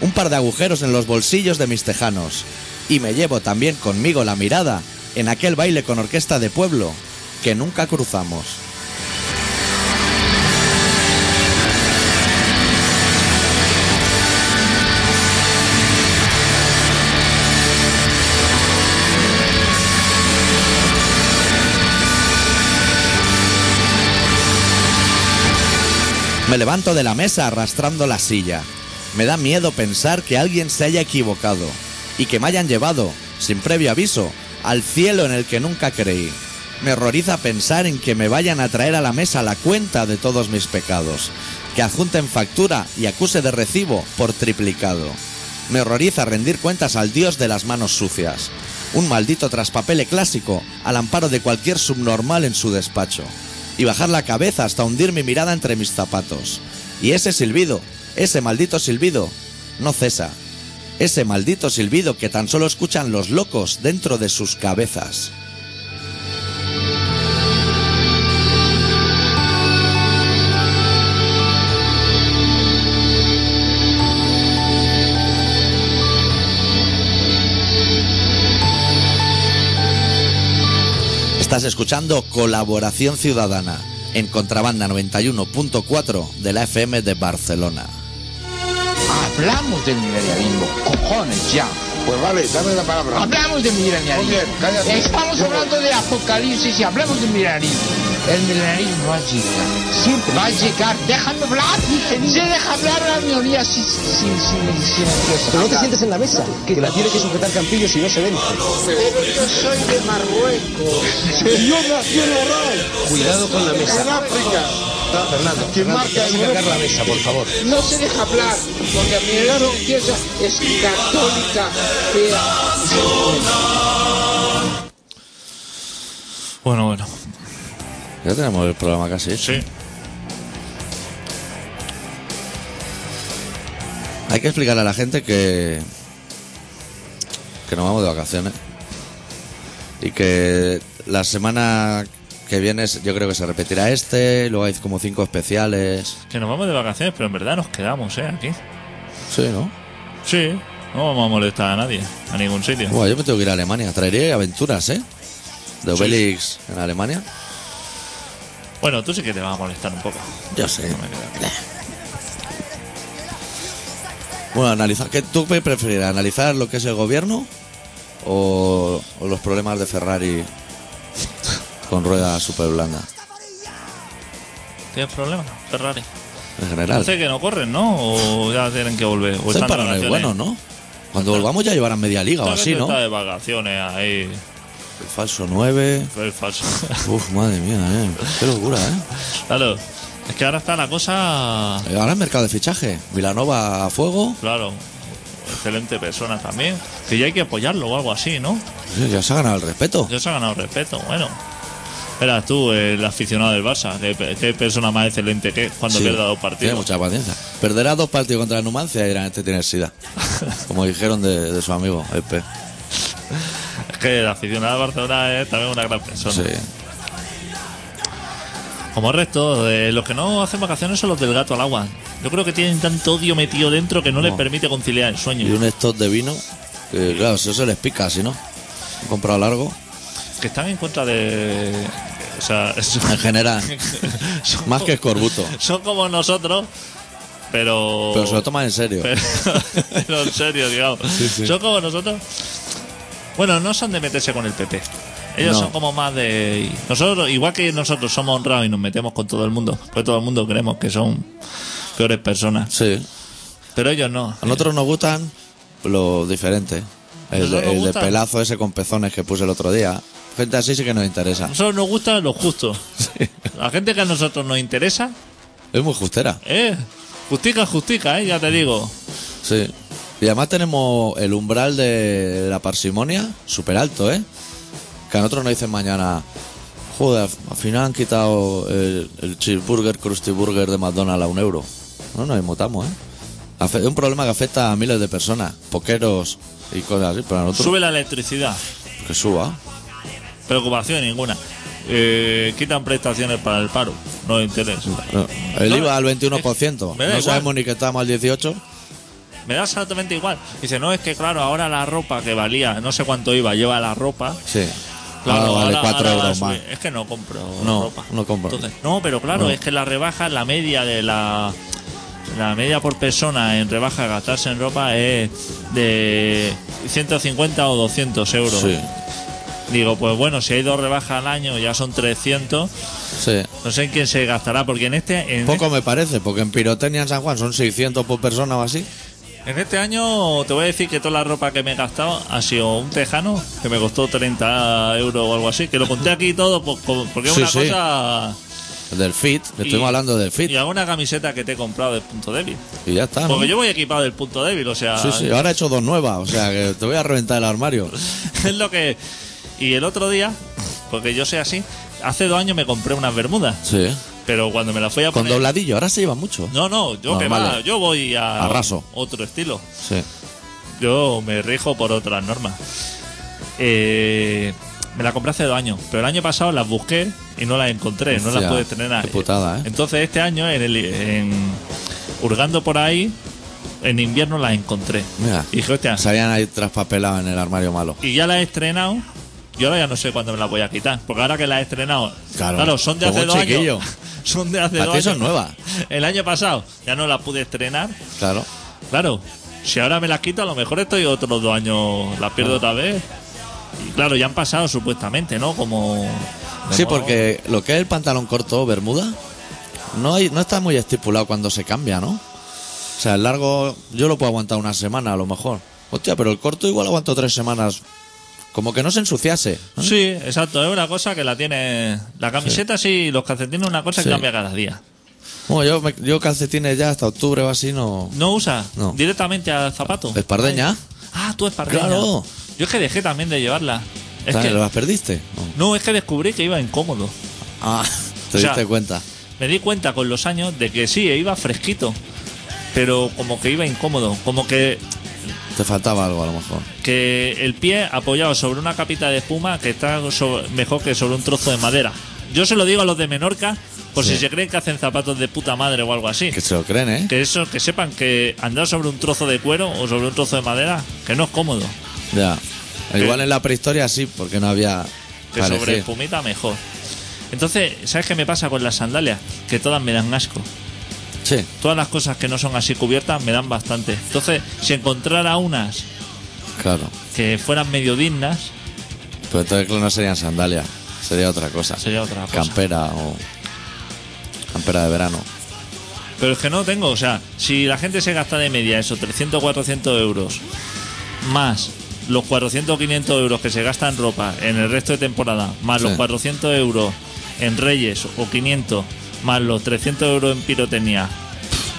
Speaker 1: un par de agujeros en los bolsillos de mis tejanos y me llevo también conmigo la mirada en aquel baile con orquesta de pueblo que nunca cruzamos. Me levanto de la mesa arrastrando la silla. Me da miedo pensar que alguien se haya equivocado y que me hayan llevado, sin previo aviso, al cielo en el que nunca creí. Me horroriza pensar en que me vayan a traer a la mesa la cuenta de todos mis pecados, que adjunten factura y acuse de recibo por triplicado. Me horroriza rendir cuentas al dios de las manos sucias, un maldito traspapele clásico al amparo de cualquier subnormal en su despacho y bajar la cabeza hasta hundir mi mirada entre mis zapatos. Y ese silbido, ese maldito silbido, no cesa. Ese maldito silbido que tan solo escuchan los locos dentro de sus cabezas. Estás escuchando Colaboración Ciudadana en Contrabanda 91.4 de la FM de Barcelona.
Speaker 7: Hablamos del mineralismo, cojones ya.
Speaker 8: Pues vale, dame la palabra.
Speaker 7: Hablamos del mineralismo.
Speaker 8: Muy bien, cállate.
Speaker 7: Estamos hablando de apocalipsis y hablamos del mineralismo. El mineralismo va a llegar, siempre va a llegar. Déjame hablar, se deja hablar la minoría sin, sin, sin, sin- sin-
Speaker 9: Pero no te sientes en la mesa, que la tiene que sujetar Campillo si no se vende.
Speaker 7: Yo soy de Marruecos.
Speaker 8: Yo nací en Oral,
Speaker 9: Cuidado con la mesa.
Speaker 8: en África.
Speaker 9: Fernando,
Speaker 8: ¿Quién
Speaker 9: Fernando,
Speaker 8: marca
Speaker 9: vas a
Speaker 8: Europa?
Speaker 9: cargar la mesa, por favor.
Speaker 7: No se deja hablar, porque la minoría religiosa es católica, fea.
Speaker 2: Bueno, bueno.
Speaker 1: Ya tenemos el programa casi. hecho.
Speaker 2: Sí.
Speaker 1: Hay que explicarle a la gente que. que nos vamos de vacaciones. Y que la semana que viene es- yo creo que se repetirá este, luego hay como cinco especiales.
Speaker 2: Que nos vamos de vacaciones, pero en verdad nos quedamos, ¿eh? Aquí.
Speaker 1: Sí, ¿no?
Speaker 2: Sí. No vamos a molestar a nadie, a ningún sitio.
Speaker 1: Buah, yo me tengo que ir a Alemania. Traeré aventuras, ¿eh? De Obelix en Alemania.
Speaker 2: Bueno, tú sí que te vas a molestar un poco.
Speaker 1: Yo sé.
Speaker 2: No me queda.
Speaker 1: Bueno, analizar. ¿qué, ¿Tú qué prefieres? ¿Analizar lo que es el gobierno o, o los problemas de Ferrari con ruedas super blandas?
Speaker 2: ¿Tienes problemas, Ferrari?
Speaker 1: En
Speaker 2: No
Speaker 1: general.
Speaker 2: sé que no corren, ¿no? O ya tienen que volver. O
Speaker 1: Este
Speaker 2: están de
Speaker 1: parón es
Speaker 2: vacaciones.
Speaker 1: bueno, ¿no? Cuando volvamos ya llevarán media liga o
Speaker 2: Esta
Speaker 1: así,
Speaker 2: gente
Speaker 1: ¿no?
Speaker 2: Está de vacaciones ahí.
Speaker 1: El falso 9.
Speaker 2: Fue falso.
Speaker 1: Uf, madre mía, eh. Qué locura, eh.
Speaker 2: claro. Es que ahora está la cosa.
Speaker 1: Ahora el mercado de fichaje. Vilanova a fuego.
Speaker 2: Claro. Excelente persona también. Que ya hay que apoyarlo o algo así, ¿no?
Speaker 1: Sí, Ya se ha ganado el respeto.
Speaker 2: Ya se ha ganado respeto, bueno. Eras tú, el aficionado del Barça. Qué, pe- qué persona más excelente que es cuando
Speaker 1: Sí,
Speaker 2: pierda dos
Speaker 1: Tiene
Speaker 2: partidos.
Speaker 1: mucha paciencia. Perderá dos partidos contra la Numancia y dirán, este tiene sida. Como dijeron de, de su amigo, Epe.
Speaker 2: Es que el aficionado del Barcelona es también una gran persona.
Speaker 1: Sí.
Speaker 2: Como el resto, de los que no hacen vacaciones son los del gato al agua. Yo creo que tienen tanto odio metido dentro que no, les permite conciliar el sueño.
Speaker 1: Y un stock de vino, que claro, eso se les pica, si no. Han comprado largo.
Speaker 2: Que están en contra de. O sea, son-
Speaker 1: En general,
Speaker 2: son
Speaker 1: más que
Speaker 2: co-
Speaker 1: escorbuto.
Speaker 2: Son como nosotros, pero.
Speaker 1: Pero se lo toman en serio.
Speaker 2: Pero, pero en serio, digamos. Son como nosotros. Bueno, no son de meterse con el PP. Ellos
Speaker 1: No.
Speaker 2: son como más de. Nosotros, igual que nosotros somos honrados y nos metemos con todo el mundo, porque todo el mundo creemos que son peores personas.
Speaker 1: Sí.
Speaker 2: Pero ellos no.
Speaker 1: A nosotros nos gustan los diferentes. El,
Speaker 2: Nosotros nos
Speaker 1: el de
Speaker 2: gustan.
Speaker 1: pelazo ese con pezones que puse el otro día. Gente así sí que nos
Speaker 2: A
Speaker 1: interesa.
Speaker 2: nosotros nos gusta lo justo. La gente que a nosotros nos interesa,
Speaker 1: Es muy justera.
Speaker 2: eh. Justica, justica, eh, ya te digo.
Speaker 1: Sí. Y además tenemos el umbral de la parsimonia súper alto, ¿eh? Que a nosotros nos dicen mañana, joder, al final han quitado el, el cheeseburger, crusty burger de McDonald's a un euro. No nos inmutamos, ¿eh? Afe- Es un problema que afecta a miles de personas, poqueros y cosas así, pero a nosotros
Speaker 2: Sube la electricidad.
Speaker 1: que suba.
Speaker 2: Preocupación ninguna. Eh, quitan prestaciones para el paro. No interesa.
Speaker 1: No, El
Speaker 2: No,
Speaker 1: IVA al
Speaker 2: es-
Speaker 1: 21%.
Speaker 2: me da
Speaker 1: No
Speaker 2: igual.
Speaker 1: sabemos ni que estamos al 18%.
Speaker 2: Me da exactamente igual. Dice, no, es que claro, ahora la ropa que valía, no sé cuánto iba, lleva la ropa.
Speaker 1: Sí.
Speaker 2: Claro,
Speaker 1: Ahora vale
Speaker 2: ahora-
Speaker 1: 4
Speaker 2: ahora va a
Speaker 1: euros más.
Speaker 2: subir. Es que no compro
Speaker 1: No,
Speaker 2: ropa.
Speaker 1: no compro.
Speaker 2: Entonces, no, pero claro,
Speaker 1: No.
Speaker 2: es que la rebaja, la media de la. La media por persona en rebaja gastarse en ropa es de 150 o 200 euros.
Speaker 1: Sí.
Speaker 2: Digo, pues bueno, si hay dos rebajas al año ya son 300.
Speaker 1: Sí.
Speaker 2: No sé en quién se gastará, porque en este, en,
Speaker 1: Poco me parece, porque en pirotecnia en San Juan son 600 por persona o así.
Speaker 2: en este año te voy a decir que toda la ropa que me he gastado ha sido un tejano que me costó 30 euros o algo así. Que lo conté aquí todo pues, como- porque es
Speaker 1: Sí,
Speaker 2: una
Speaker 1: sí.
Speaker 2: cosa.
Speaker 1: Del fit, que estuvimos hablando del fit.
Speaker 2: Y alguna camiseta que te he comprado del punto débil.
Speaker 1: Y ya está. ¿no?
Speaker 2: Porque yo voy equipado del punto débil, o sea.
Speaker 1: Sí, sí, ahora he hecho dos nuevas, o sea que te voy a reventar el armario.
Speaker 2: Es lo que. Y el otro día, porque yo soy así, hace dos años me compré unas bermudas.
Speaker 1: Sí.
Speaker 2: Pero cuando me las fui a
Speaker 1: Con
Speaker 2: poner.
Speaker 1: dobladillo, ahora se lleva mucho.
Speaker 2: No, no, yo que
Speaker 1: Normales.
Speaker 2: va, yo voy a.
Speaker 1: A raso.
Speaker 2: Otro estilo.
Speaker 1: Sí.
Speaker 2: Yo me rijo por otras normas. Eh, me la compré hace dos años, pero el año pasado las busqué y no las encontré, no
Speaker 1: Hostia,
Speaker 2: las pude tener.
Speaker 1: qué putada, ¿eh?
Speaker 2: Entonces este año, en el, en, hurgando por ahí, en invierno las encontré.
Speaker 1: Mira.
Speaker 2: Y dije, hostia,
Speaker 1: Salían ahí traspapeladas en el armario malo.
Speaker 2: y ya la he estrenado. Yo ahora ya no sé cuándo me la voy a quitar. Porque ahora que la he estrenado.
Speaker 1: Claro.
Speaker 2: son de
Speaker 1: Como
Speaker 2: hace
Speaker 1: un
Speaker 2: dos
Speaker 1: chiquillo.
Speaker 2: años. Son de hace
Speaker 1: Para
Speaker 2: dos
Speaker 1: ti
Speaker 2: años.
Speaker 1: son nuevas.
Speaker 2: El año pasado ya no la pude estrenar.
Speaker 1: Claro.
Speaker 2: Claro. Si ahora me las quito, a lo mejor estoy otros dos años. Las
Speaker 1: Ah.
Speaker 2: pierdo otra vez. Y claro, ya han pasado supuestamente, ¿no? Como. de
Speaker 1: Sí,
Speaker 2: modo-
Speaker 1: porque lo que es el pantalón corto o bermuda, no, hay, no está muy estipulado cuando se cambia, ¿no? O sea, el largo yo lo puedo aguantar una semana a lo mejor. Hostia, pero el corto igual aguanto tres semanas. Como que no se ensuciase. ¿no?
Speaker 2: Sí, exacto. Es una cosa que la tiene. La camiseta sí, y los calcetines, una cosa
Speaker 1: Sí.
Speaker 2: que cambia cada día.
Speaker 1: Bueno, yo, me- yo calcetines ya hasta octubre o así no.
Speaker 2: ¿No usa?
Speaker 1: No.
Speaker 2: Directamente al zapato.
Speaker 1: Espardeña.
Speaker 2: Ah, tú espardeña.
Speaker 1: Claro.
Speaker 2: Yo es que dejé también de llevarla. Es
Speaker 1: Dale,
Speaker 2: que-
Speaker 1: ¿Las perdiste? No.
Speaker 2: no, es que descubrí que iba incómodo.
Speaker 1: Ah, te
Speaker 2: O sea,
Speaker 1: diste cuenta.
Speaker 2: Me di cuenta con los años de que sí, iba fresquito, pero como que iba incómodo. Como que,
Speaker 1: Te faltaba algo a lo mejor.
Speaker 2: que el pie apoyado sobre una capita de espuma que está so- mejor que sobre un trozo de madera. Yo se lo digo a los de Menorca por si se creen que hacen zapatos de puta madre o algo así.
Speaker 1: Que se lo creen, ¿eh?
Speaker 2: Que eso, que sepan que andar sobre un trozo de cuero o sobre un trozo de madera, que no es cómodo.
Speaker 1: Ya. Igual
Speaker 2: Que-
Speaker 1: en la prehistoria sí, porque no había.
Speaker 2: Que
Speaker 1: parecido.
Speaker 2: sobre espumita mejor. Entonces, ¿sabes qué me pasa con las sandalias? Que todas me dan asco.
Speaker 1: Sí.
Speaker 2: Todas las cosas que no son así cubiertas me dan bastante. Entonces, si encontrara unas
Speaker 1: Claro.
Speaker 2: que fueran medio dignas,
Speaker 1: Pero entonces claro, no serían sandalias, sería otra cosa.
Speaker 2: Sería otra cosa.
Speaker 1: Campera o. Campera de verano.
Speaker 2: pero es que no tengo. O sea, si la gente se gasta de media eso, 300, 400 euros, más los 400, 500 euros que se gastan en ropa en el resto de temporada, más los
Speaker 1: Sí.
Speaker 2: 400 euros en Reyes o 500, más los 300 euros en pirotecnia,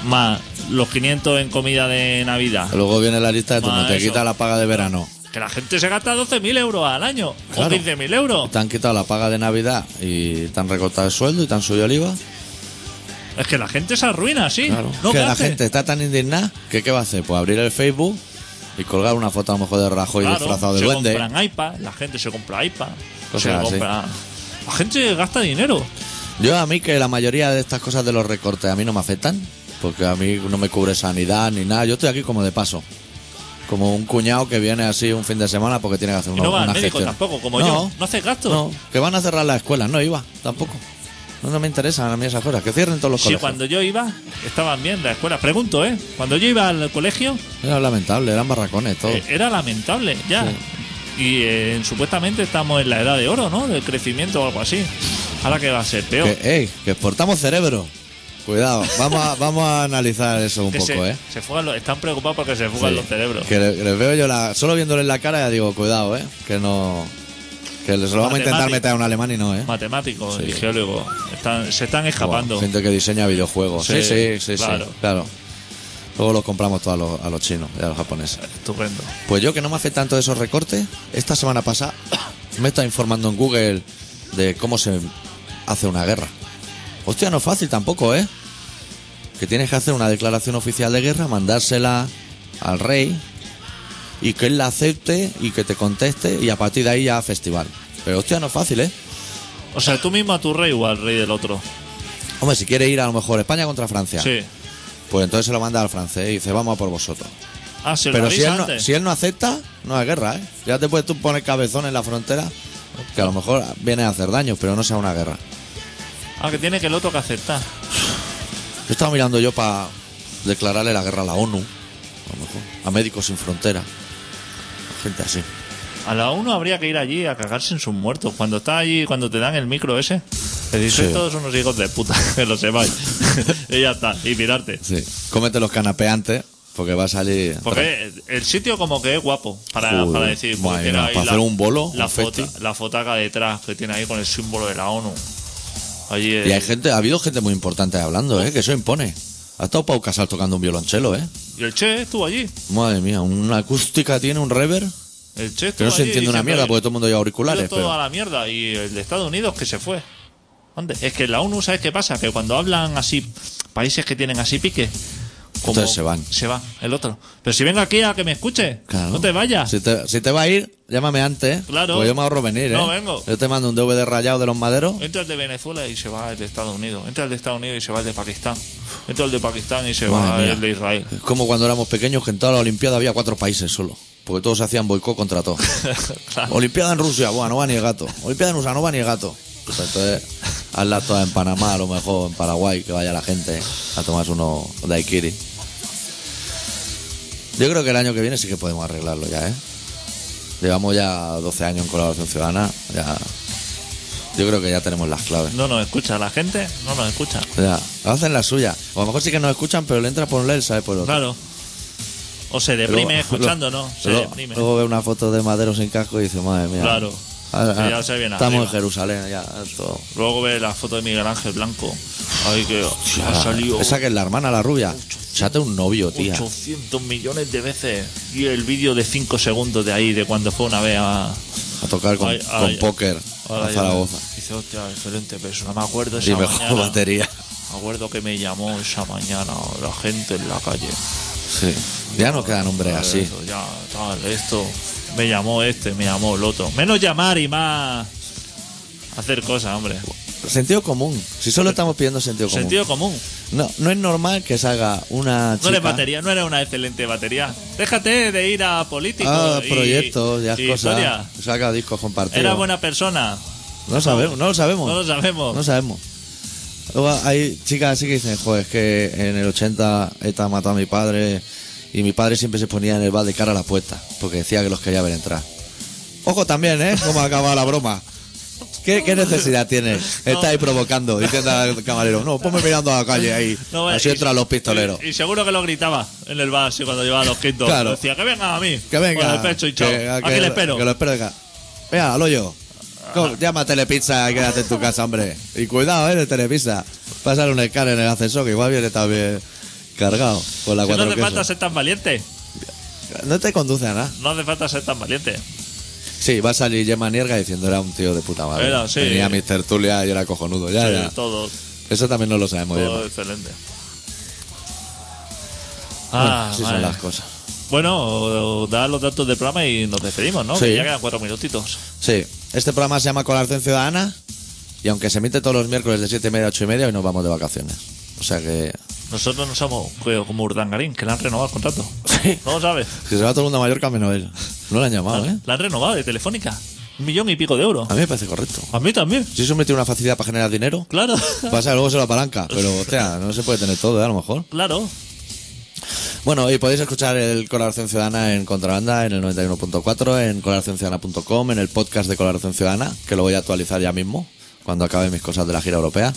Speaker 2: más los 500 en comida de Navidad,
Speaker 1: Luego viene la lista de tu
Speaker 2: Ah,
Speaker 1: no te
Speaker 2: eso.
Speaker 1: quita la paga de verano.
Speaker 2: Que la gente se gasta 12.000 euros al año
Speaker 1: Claro.
Speaker 2: o 15.000 euros.
Speaker 1: Te han quitado la paga de Navidad y te han recortado el sueldo y te han subido el IVA.
Speaker 2: Es que la gente se arruina, sí. No,
Speaker 1: que
Speaker 2: ¿qué
Speaker 1: la
Speaker 2: hace?
Speaker 1: gente está tan indignada que ¿qué va a hacer? Pues abrir el Facebook y colgar una foto a lo mejor de Rajoy
Speaker 2: Claro,
Speaker 1: disfrazado de
Speaker 2: se
Speaker 1: duende. ah,
Speaker 2: compran iPad, la gente se compra iPad.
Speaker 1: Cosas
Speaker 2: se
Speaker 1: así.
Speaker 2: compra... La gente gasta dinero.
Speaker 1: Yo a mí que la mayoría de estas cosas de los recortes a mí no me afectan, porque a mí no me cubre sanidad ni nada. Yo estoy aquí como de paso. Como un cuñado que viene así un fin de semana porque tiene que hacer
Speaker 2: Y
Speaker 1: una,
Speaker 2: no va al
Speaker 1: una
Speaker 2: médico
Speaker 1: gestión.
Speaker 2: tampoco, como
Speaker 1: No,
Speaker 2: yo. No hace gastos.
Speaker 1: No, que van a cerrar la escuela. No iba, tampoco. No, no me interesan a mí esas cosas. Que cierren todos los
Speaker 2: Sí,
Speaker 1: colegios.
Speaker 2: cuando yo iba, estaban bien las escuelas. Pregunto, ¿eh? Cuando yo iba al colegio,
Speaker 1: Era lamentable, eran barracones, todo.
Speaker 2: eh, era lamentable, ya. Y eh, supuestamente estamos en la edad de oro, ¿no? Del crecimiento o algo así. Ahora que va a ser peor.
Speaker 1: que, ey, que exportamos cerebro. Cuidado, vamos a, vamos a analizar eso un
Speaker 2: Que
Speaker 1: poco,
Speaker 2: se,
Speaker 1: ¿eh?
Speaker 2: se fugan los- están preocupados porque se fugan
Speaker 1: Sí.
Speaker 2: los cerebros.
Speaker 1: Que le- les veo yo la. Solo viéndole en la cara ya digo, cuidado, eh. Que no. Que les lo vamos a intentar
Speaker 2: Matemática.
Speaker 1: meter a un alemán y no, eh.
Speaker 2: Matemáticos
Speaker 1: Sí.
Speaker 2: y geólogos están, se están escapando.
Speaker 1: Buah, gente que diseña videojuegos. Sí,
Speaker 2: Sí,
Speaker 1: sí, sí, sí.
Speaker 2: claro.
Speaker 1: Claro. Luego los compramos todos a los, a los chinos y a los japoneses.
Speaker 2: Estupendo.
Speaker 1: Pues yo que no me afectan todos esos recortes, esta semana pasada me está informando en Google de cómo se hace una guerra. Hostia, no es fácil tampoco, ¿eh? Que tienes que hacer una declaración oficial de guerra, mandársela al rey y que él la acepte y que te conteste y a partir de ahí ya festival. Pero hostia, no es fácil, ¿eh?
Speaker 2: O sea, tú mismo a tu rey o al rey del otro.
Speaker 1: Hombre, si quieres ir a lo mejor España contra Francia,
Speaker 2: Sí.
Speaker 1: pues entonces se lo manda al francés y dice, vamos a por vosotros.
Speaker 2: Ah, se lo
Speaker 1: Pero si
Speaker 2: avisa
Speaker 1: él, no,
Speaker 2: antes.
Speaker 1: si él no acepta, no hay guerra, ¿eh? Ya te puedes tú poner cabezón en la frontera, que a lo mejor viene a hacer daño, pero no sea una guerra.
Speaker 2: Ah, que tiene que el otro que aceptar.
Speaker 1: Yo estaba mirando yo para declararle la guerra a la ONU, a lo mejor, a Médicos Sin Frontera, a gente así.
Speaker 2: A la uno habría que ir allí a cagarse en sus muertos. Cuando está allí, cuando te dan el micro ese, Decir, sois
Speaker 1: Sí.
Speaker 2: todos unos hijos de puta, que lo sepáis. y ya está, y mirarte.
Speaker 1: Sí. Cómete los canapés antes, porque va a salir.
Speaker 2: Porque el- el sitio como que es guapo para,
Speaker 1: Joder,
Speaker 2: para decir, pues,
Speaker 1: madre
Speaker 2: tiene
Speaker 1: mía,
Speaker 2: ahí
Speaker 1: para
Speaker 2: la-
Speaker 1: hacer un bolo,
Speaker 2: la,
Speaker 1: un
Speaker 2: fota,
Speaker 1: festi.
Speaker 2: la fotaca detrás que tiene ahí con el símbolo de la ONU. Allí
Speaker 1: Y hay
Speaker 2: el,
Speaker 1: gente, ha habido gente muy importante hablando, ¿eh? Que eso impone. Ha estado Pau Casal tocando un violonchelo, ¿eh?
Speaker 2: y el Che estuvo allí.
Speaker 1: Madre mía, una acústica tiene un reverb
Speaker 2: El
Speaker 1: que
Speaker 2: Che estuvo
Speaker 1: no se
Speaker 2: allí
Speaker 1: entiende una
Speaker 2: diciendo,
Speaker 1: mierda porque todo el mundo lleva auriculares,
Speaker 2: Tiro todo
Speaker 1: pero.
Speaker 2: a la mierda y el de Estados Unidos que se fue. ¿Dónde? Es que la ONU, ¿sabes qué pasa? Que cuando hablan así, países que tienen así pique, como-
Speaker 1: Entonces se van.
Speaker 2: Se van, el otro. Pero si vengo aquí a que me escuche,
Speaker 1: Claro.
Speaker 2: no te vayas.
Speaker 1: Si te, si te va a ir, llámame antes.
Speaker 2: Claro.
Speaker 1: Porque yo me ahorro venir, ¿eh?
Speaker 2: No, vengo.
Speaker 1: Yo te mando un DVD rayado de los maderos.
Speaker 2: Entra el de Venezuela y se va el de Estados Unidos. Entra el de Estados Unidos y se va el de Pakistán. Entra el de Pakistán y se
Speaker 1: Madre
Speaker 2: va
Speaker 1: mía.
Speaker 2: el de Israel.
Speaker 1: Es como cuando éramos pequeños que en toda la Olimpiada había cuatro países solo. Porque todos hacían boicot contra todos.
Speaker 2: Claro.
Speaker 1: Olimpiada en Rusia, bueno, no va ni el gato. Olimpiada en USA, no va ni el gato. Pues entonces, hazla toda en Panamá, a lo mejor en Paraguay, que vaya la gente ¿eh? a tomarse uno daiquiri. Yo creo que el año que viene sí que podemos arreglarlo ya, ¿eh? Llevamos ya 12 años en colaboración ciudadana, ya. Yo creo que ya tenemos las claves.
Speaker 2: No nos escucha la gente, no nos escucha.
Speaker 1: Ya, hacen la suya. O a lo mejor sí que nos escuchan, pero le entra por un lado y sabe por el otro.
Speaker 2: Claro. O se
Speaker 1: Luego-
Speaker 2: deprime escuchando,
Speaker 1: luego-
Speaker 2: ¿no? Se
Speaker 1: luego,
Speaker 2: deprime.
Speaker 1: luego ve una foto de Madero sin casco y dice, madre mía.
Speaker 2: Claro.
Speaker 1: Ah, ah,
Speaker 2: Y ya se viene
Speaker 1: estamos
Speaker 2: arriba.
Speaker 1: en Jerusalén, ya. esto-
Speaker 2: Luego ve la foto de Miguel Ángel Blanco. Ay, que ha salido
Speaker 1: Ah, Esa que es la hermana, la rubia. Chate un novio, tía.
Speaker 2: 800 millones de veces. Y el vídeo de 5 segundos de ahí, de cuando fue una vez a.
Speaker 1: A tocar con,
Speaker 2: Ay,
Speaker 1: con
Speaker 2: ay,
Speaker 1: póker
Speaker 2: Ahora
Speaker 1: a
Speaker 2: ya-
Speaker 1: Zaragoza.
Speaker 2: Dice, hostia, excelente persona. Me acuerdo esa
Speaker 1: Y mejor
Speaker 2: mañana.
Speaker 1: batería.
Speaker 2: Me acuerdo que me llamó esa mañana la gente en la calle.
Speaker 1: Sí. Ya nos quedan hombres
Speaker 2: Claro,
Speaker 1: así.
Speaker 2: eso, ya, tal, esto. Me llamó este, me llamó el otro. Menos llamar y más hacer cosas, hombre.
Speaker 1: Sentido común. Si solo estamos pidiendo sentido común.
Speaker 2: Sentido común.
Speaker 1: No, no es normal que salga una
Speaker 2: No
Speaker 1: chica.
Speaker 2: eres batería, no eres una excelente batería. Déjate de ir a políticos.
Speaker 1: Ah,
Speaker 2: y-
Speaker 1: proyectos, ya
Speaker 2: y
Speaker 1: cosas.
Speaker 2: historias.
Speaker 1: Saca discos compartidos.
Speaker 2: Era buena persona.
Speaker 1: No sabemos, no lo sabemos.
Speaker 2: No lo sabemos.
Speaker 1: No sabemos. Luego hay chicas así que dicen, joder, es que en el 80 esta mató a mi padre y mi padre siempre se ponía en el bar de cara a la puerta porque decía que los quería ver entrar. Ojo también, ¿eh? Cómo acaba la broma. ¿Qué, qué necesidad tienes? Está ahí provocando, diciendo al camarero, no, ponme mirando a la calle ahí.
Speaker 2: No, eh,
Speaker 1: así
Speaker 2: y-
Speaker 1: entran los pistoleros.
Speaker 2: Y, y seguro que lo gritaba en el bar así, cuando llevaba los quintos.
Speaker 1: Claro.
Speaker 2: Decía, que venga a mí.
Speaker 1: Que venga.
Speaker 2: Con el pecho hinchado.
Speaker 1: que-
Speaker 2: Aquí
Speaker 1: que-
Speaker 2: le espero.
Speaker 1: Que lo espero acá. Venga, al hoyo. Co- Llama a Telepizza y quédate en tu casa, hombre. Y cuidado, eh, de Telepizza. Pásale un escáner en el ascensor, que igual viene también cargado con la
Speaker 2: Si no eh.
Speaker 1: cuatro
Speaker 2: hace falta
Speaker 1: quesos.
Speaker 2: ser tan valiente.
Speaker 1: No te conduce a nada.
Speaker 2: No hace falta ser tan valiente.
Speaker 1: Sí, va a salir Gemma Nierga diciendo era un tío de puta madre.
Speaker 2: Era, sí.
Speaker 1: Tenía mis tertulias y era cojonudo. Ya,
Speaker 2: Sí,
Speaker 1: Ah, ya.
Speaker 2: todo,
Speaker 1: Eso también no lo sabemos,
Speaker 2: todo
Speaker 1: Gemma.
Speaker 2: excelente.
Speaker 1: Bueno,
Speaker 2: Ah,
Speaker 1: así
Speaker 2: vale.
Speaker 1: son las cosas.
Speaker 2: Bueno, da los datos del programa y nos despedimos, ¿no?
Speaker 1: Sí.
Speaker 2: Que ya quedan cuatro minutitos.
Speaker 1: Sí, este programa se llama Colaboración Ciudadana y aunque se emite todos los miércoles de 7 y media a 8 y media, hoy nos vamos de vacaciones. O sea que
Speaker 2: Nosotros no somos que- como Urdangarín, que le han renovado el contrato.
Speaker 1: Sí.
Speaker 2: No lo sabes.
Speaker 1: Que se va todo el mundo a Mallorca menos él. No lo han llamado, ¿eh?
Speaker 2: La han renovado de Telefónica. Un millón y pico de euros.
Speaker 1: A mí me parece correcto.
Speaker 2: A mí también.
Speaker 1: Si eso metió una facilidad para generar dinero,
Speaker 2: Claro.
Speaker 1: pasa que luego se lo apalanca. Pero, hostia, no se puede tener todo, ¿eh? A lo mejor.
Speaker 2: Claro.
Speaker 1: Bueno, y podéis escuchar el Colaboración Ciudadana en Contrabanda, en el 91.4, en colaboracionciudadana.com, en el podcast de Colaboración Ciudadana, que lo voy a actualizar ya mismo, cuando acabe mis cosas de la gira europea.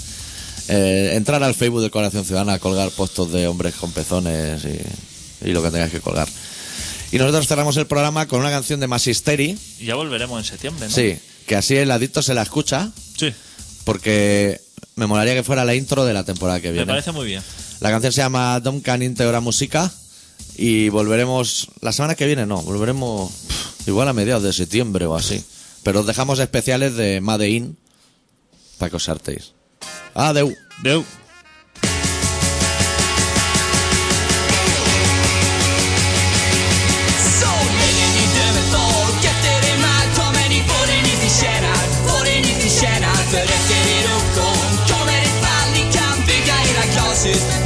Speaker 1: Eh, entrar al Facebook de Colaboración Ciudadana, colgar postos de hombres con pezones y, y lo que tengáis que colgar. Y nosotros cerramos el programa con una canción de Masisteri,
Speaker 2: Y ya volveremos en septiembre, ¿no?
Speaker 1: Sí, que así el adicto se la escucha,
Speaker 2: Sí.
Speaker 1: porque me molaría que fuera la intro de la temporada que
Speaker 2: Me
Speaker 1: viene.
Speaker 2: parece muy bien.
Speaker 1: La canción se llama Don't Can Integra Música y volveremos la semana que viene, no, volveremos pff, igual a mediados de septiembre o así. Pero os dejamos especiales de Made In para que os hartéis. Adeu.
Speaker 2: Deu.
Speaker 4: So many di deve tolkettere ma tomeri poreni di scena Poreni di scena per essere roccon Tomeri falli campi gai la closet ah, e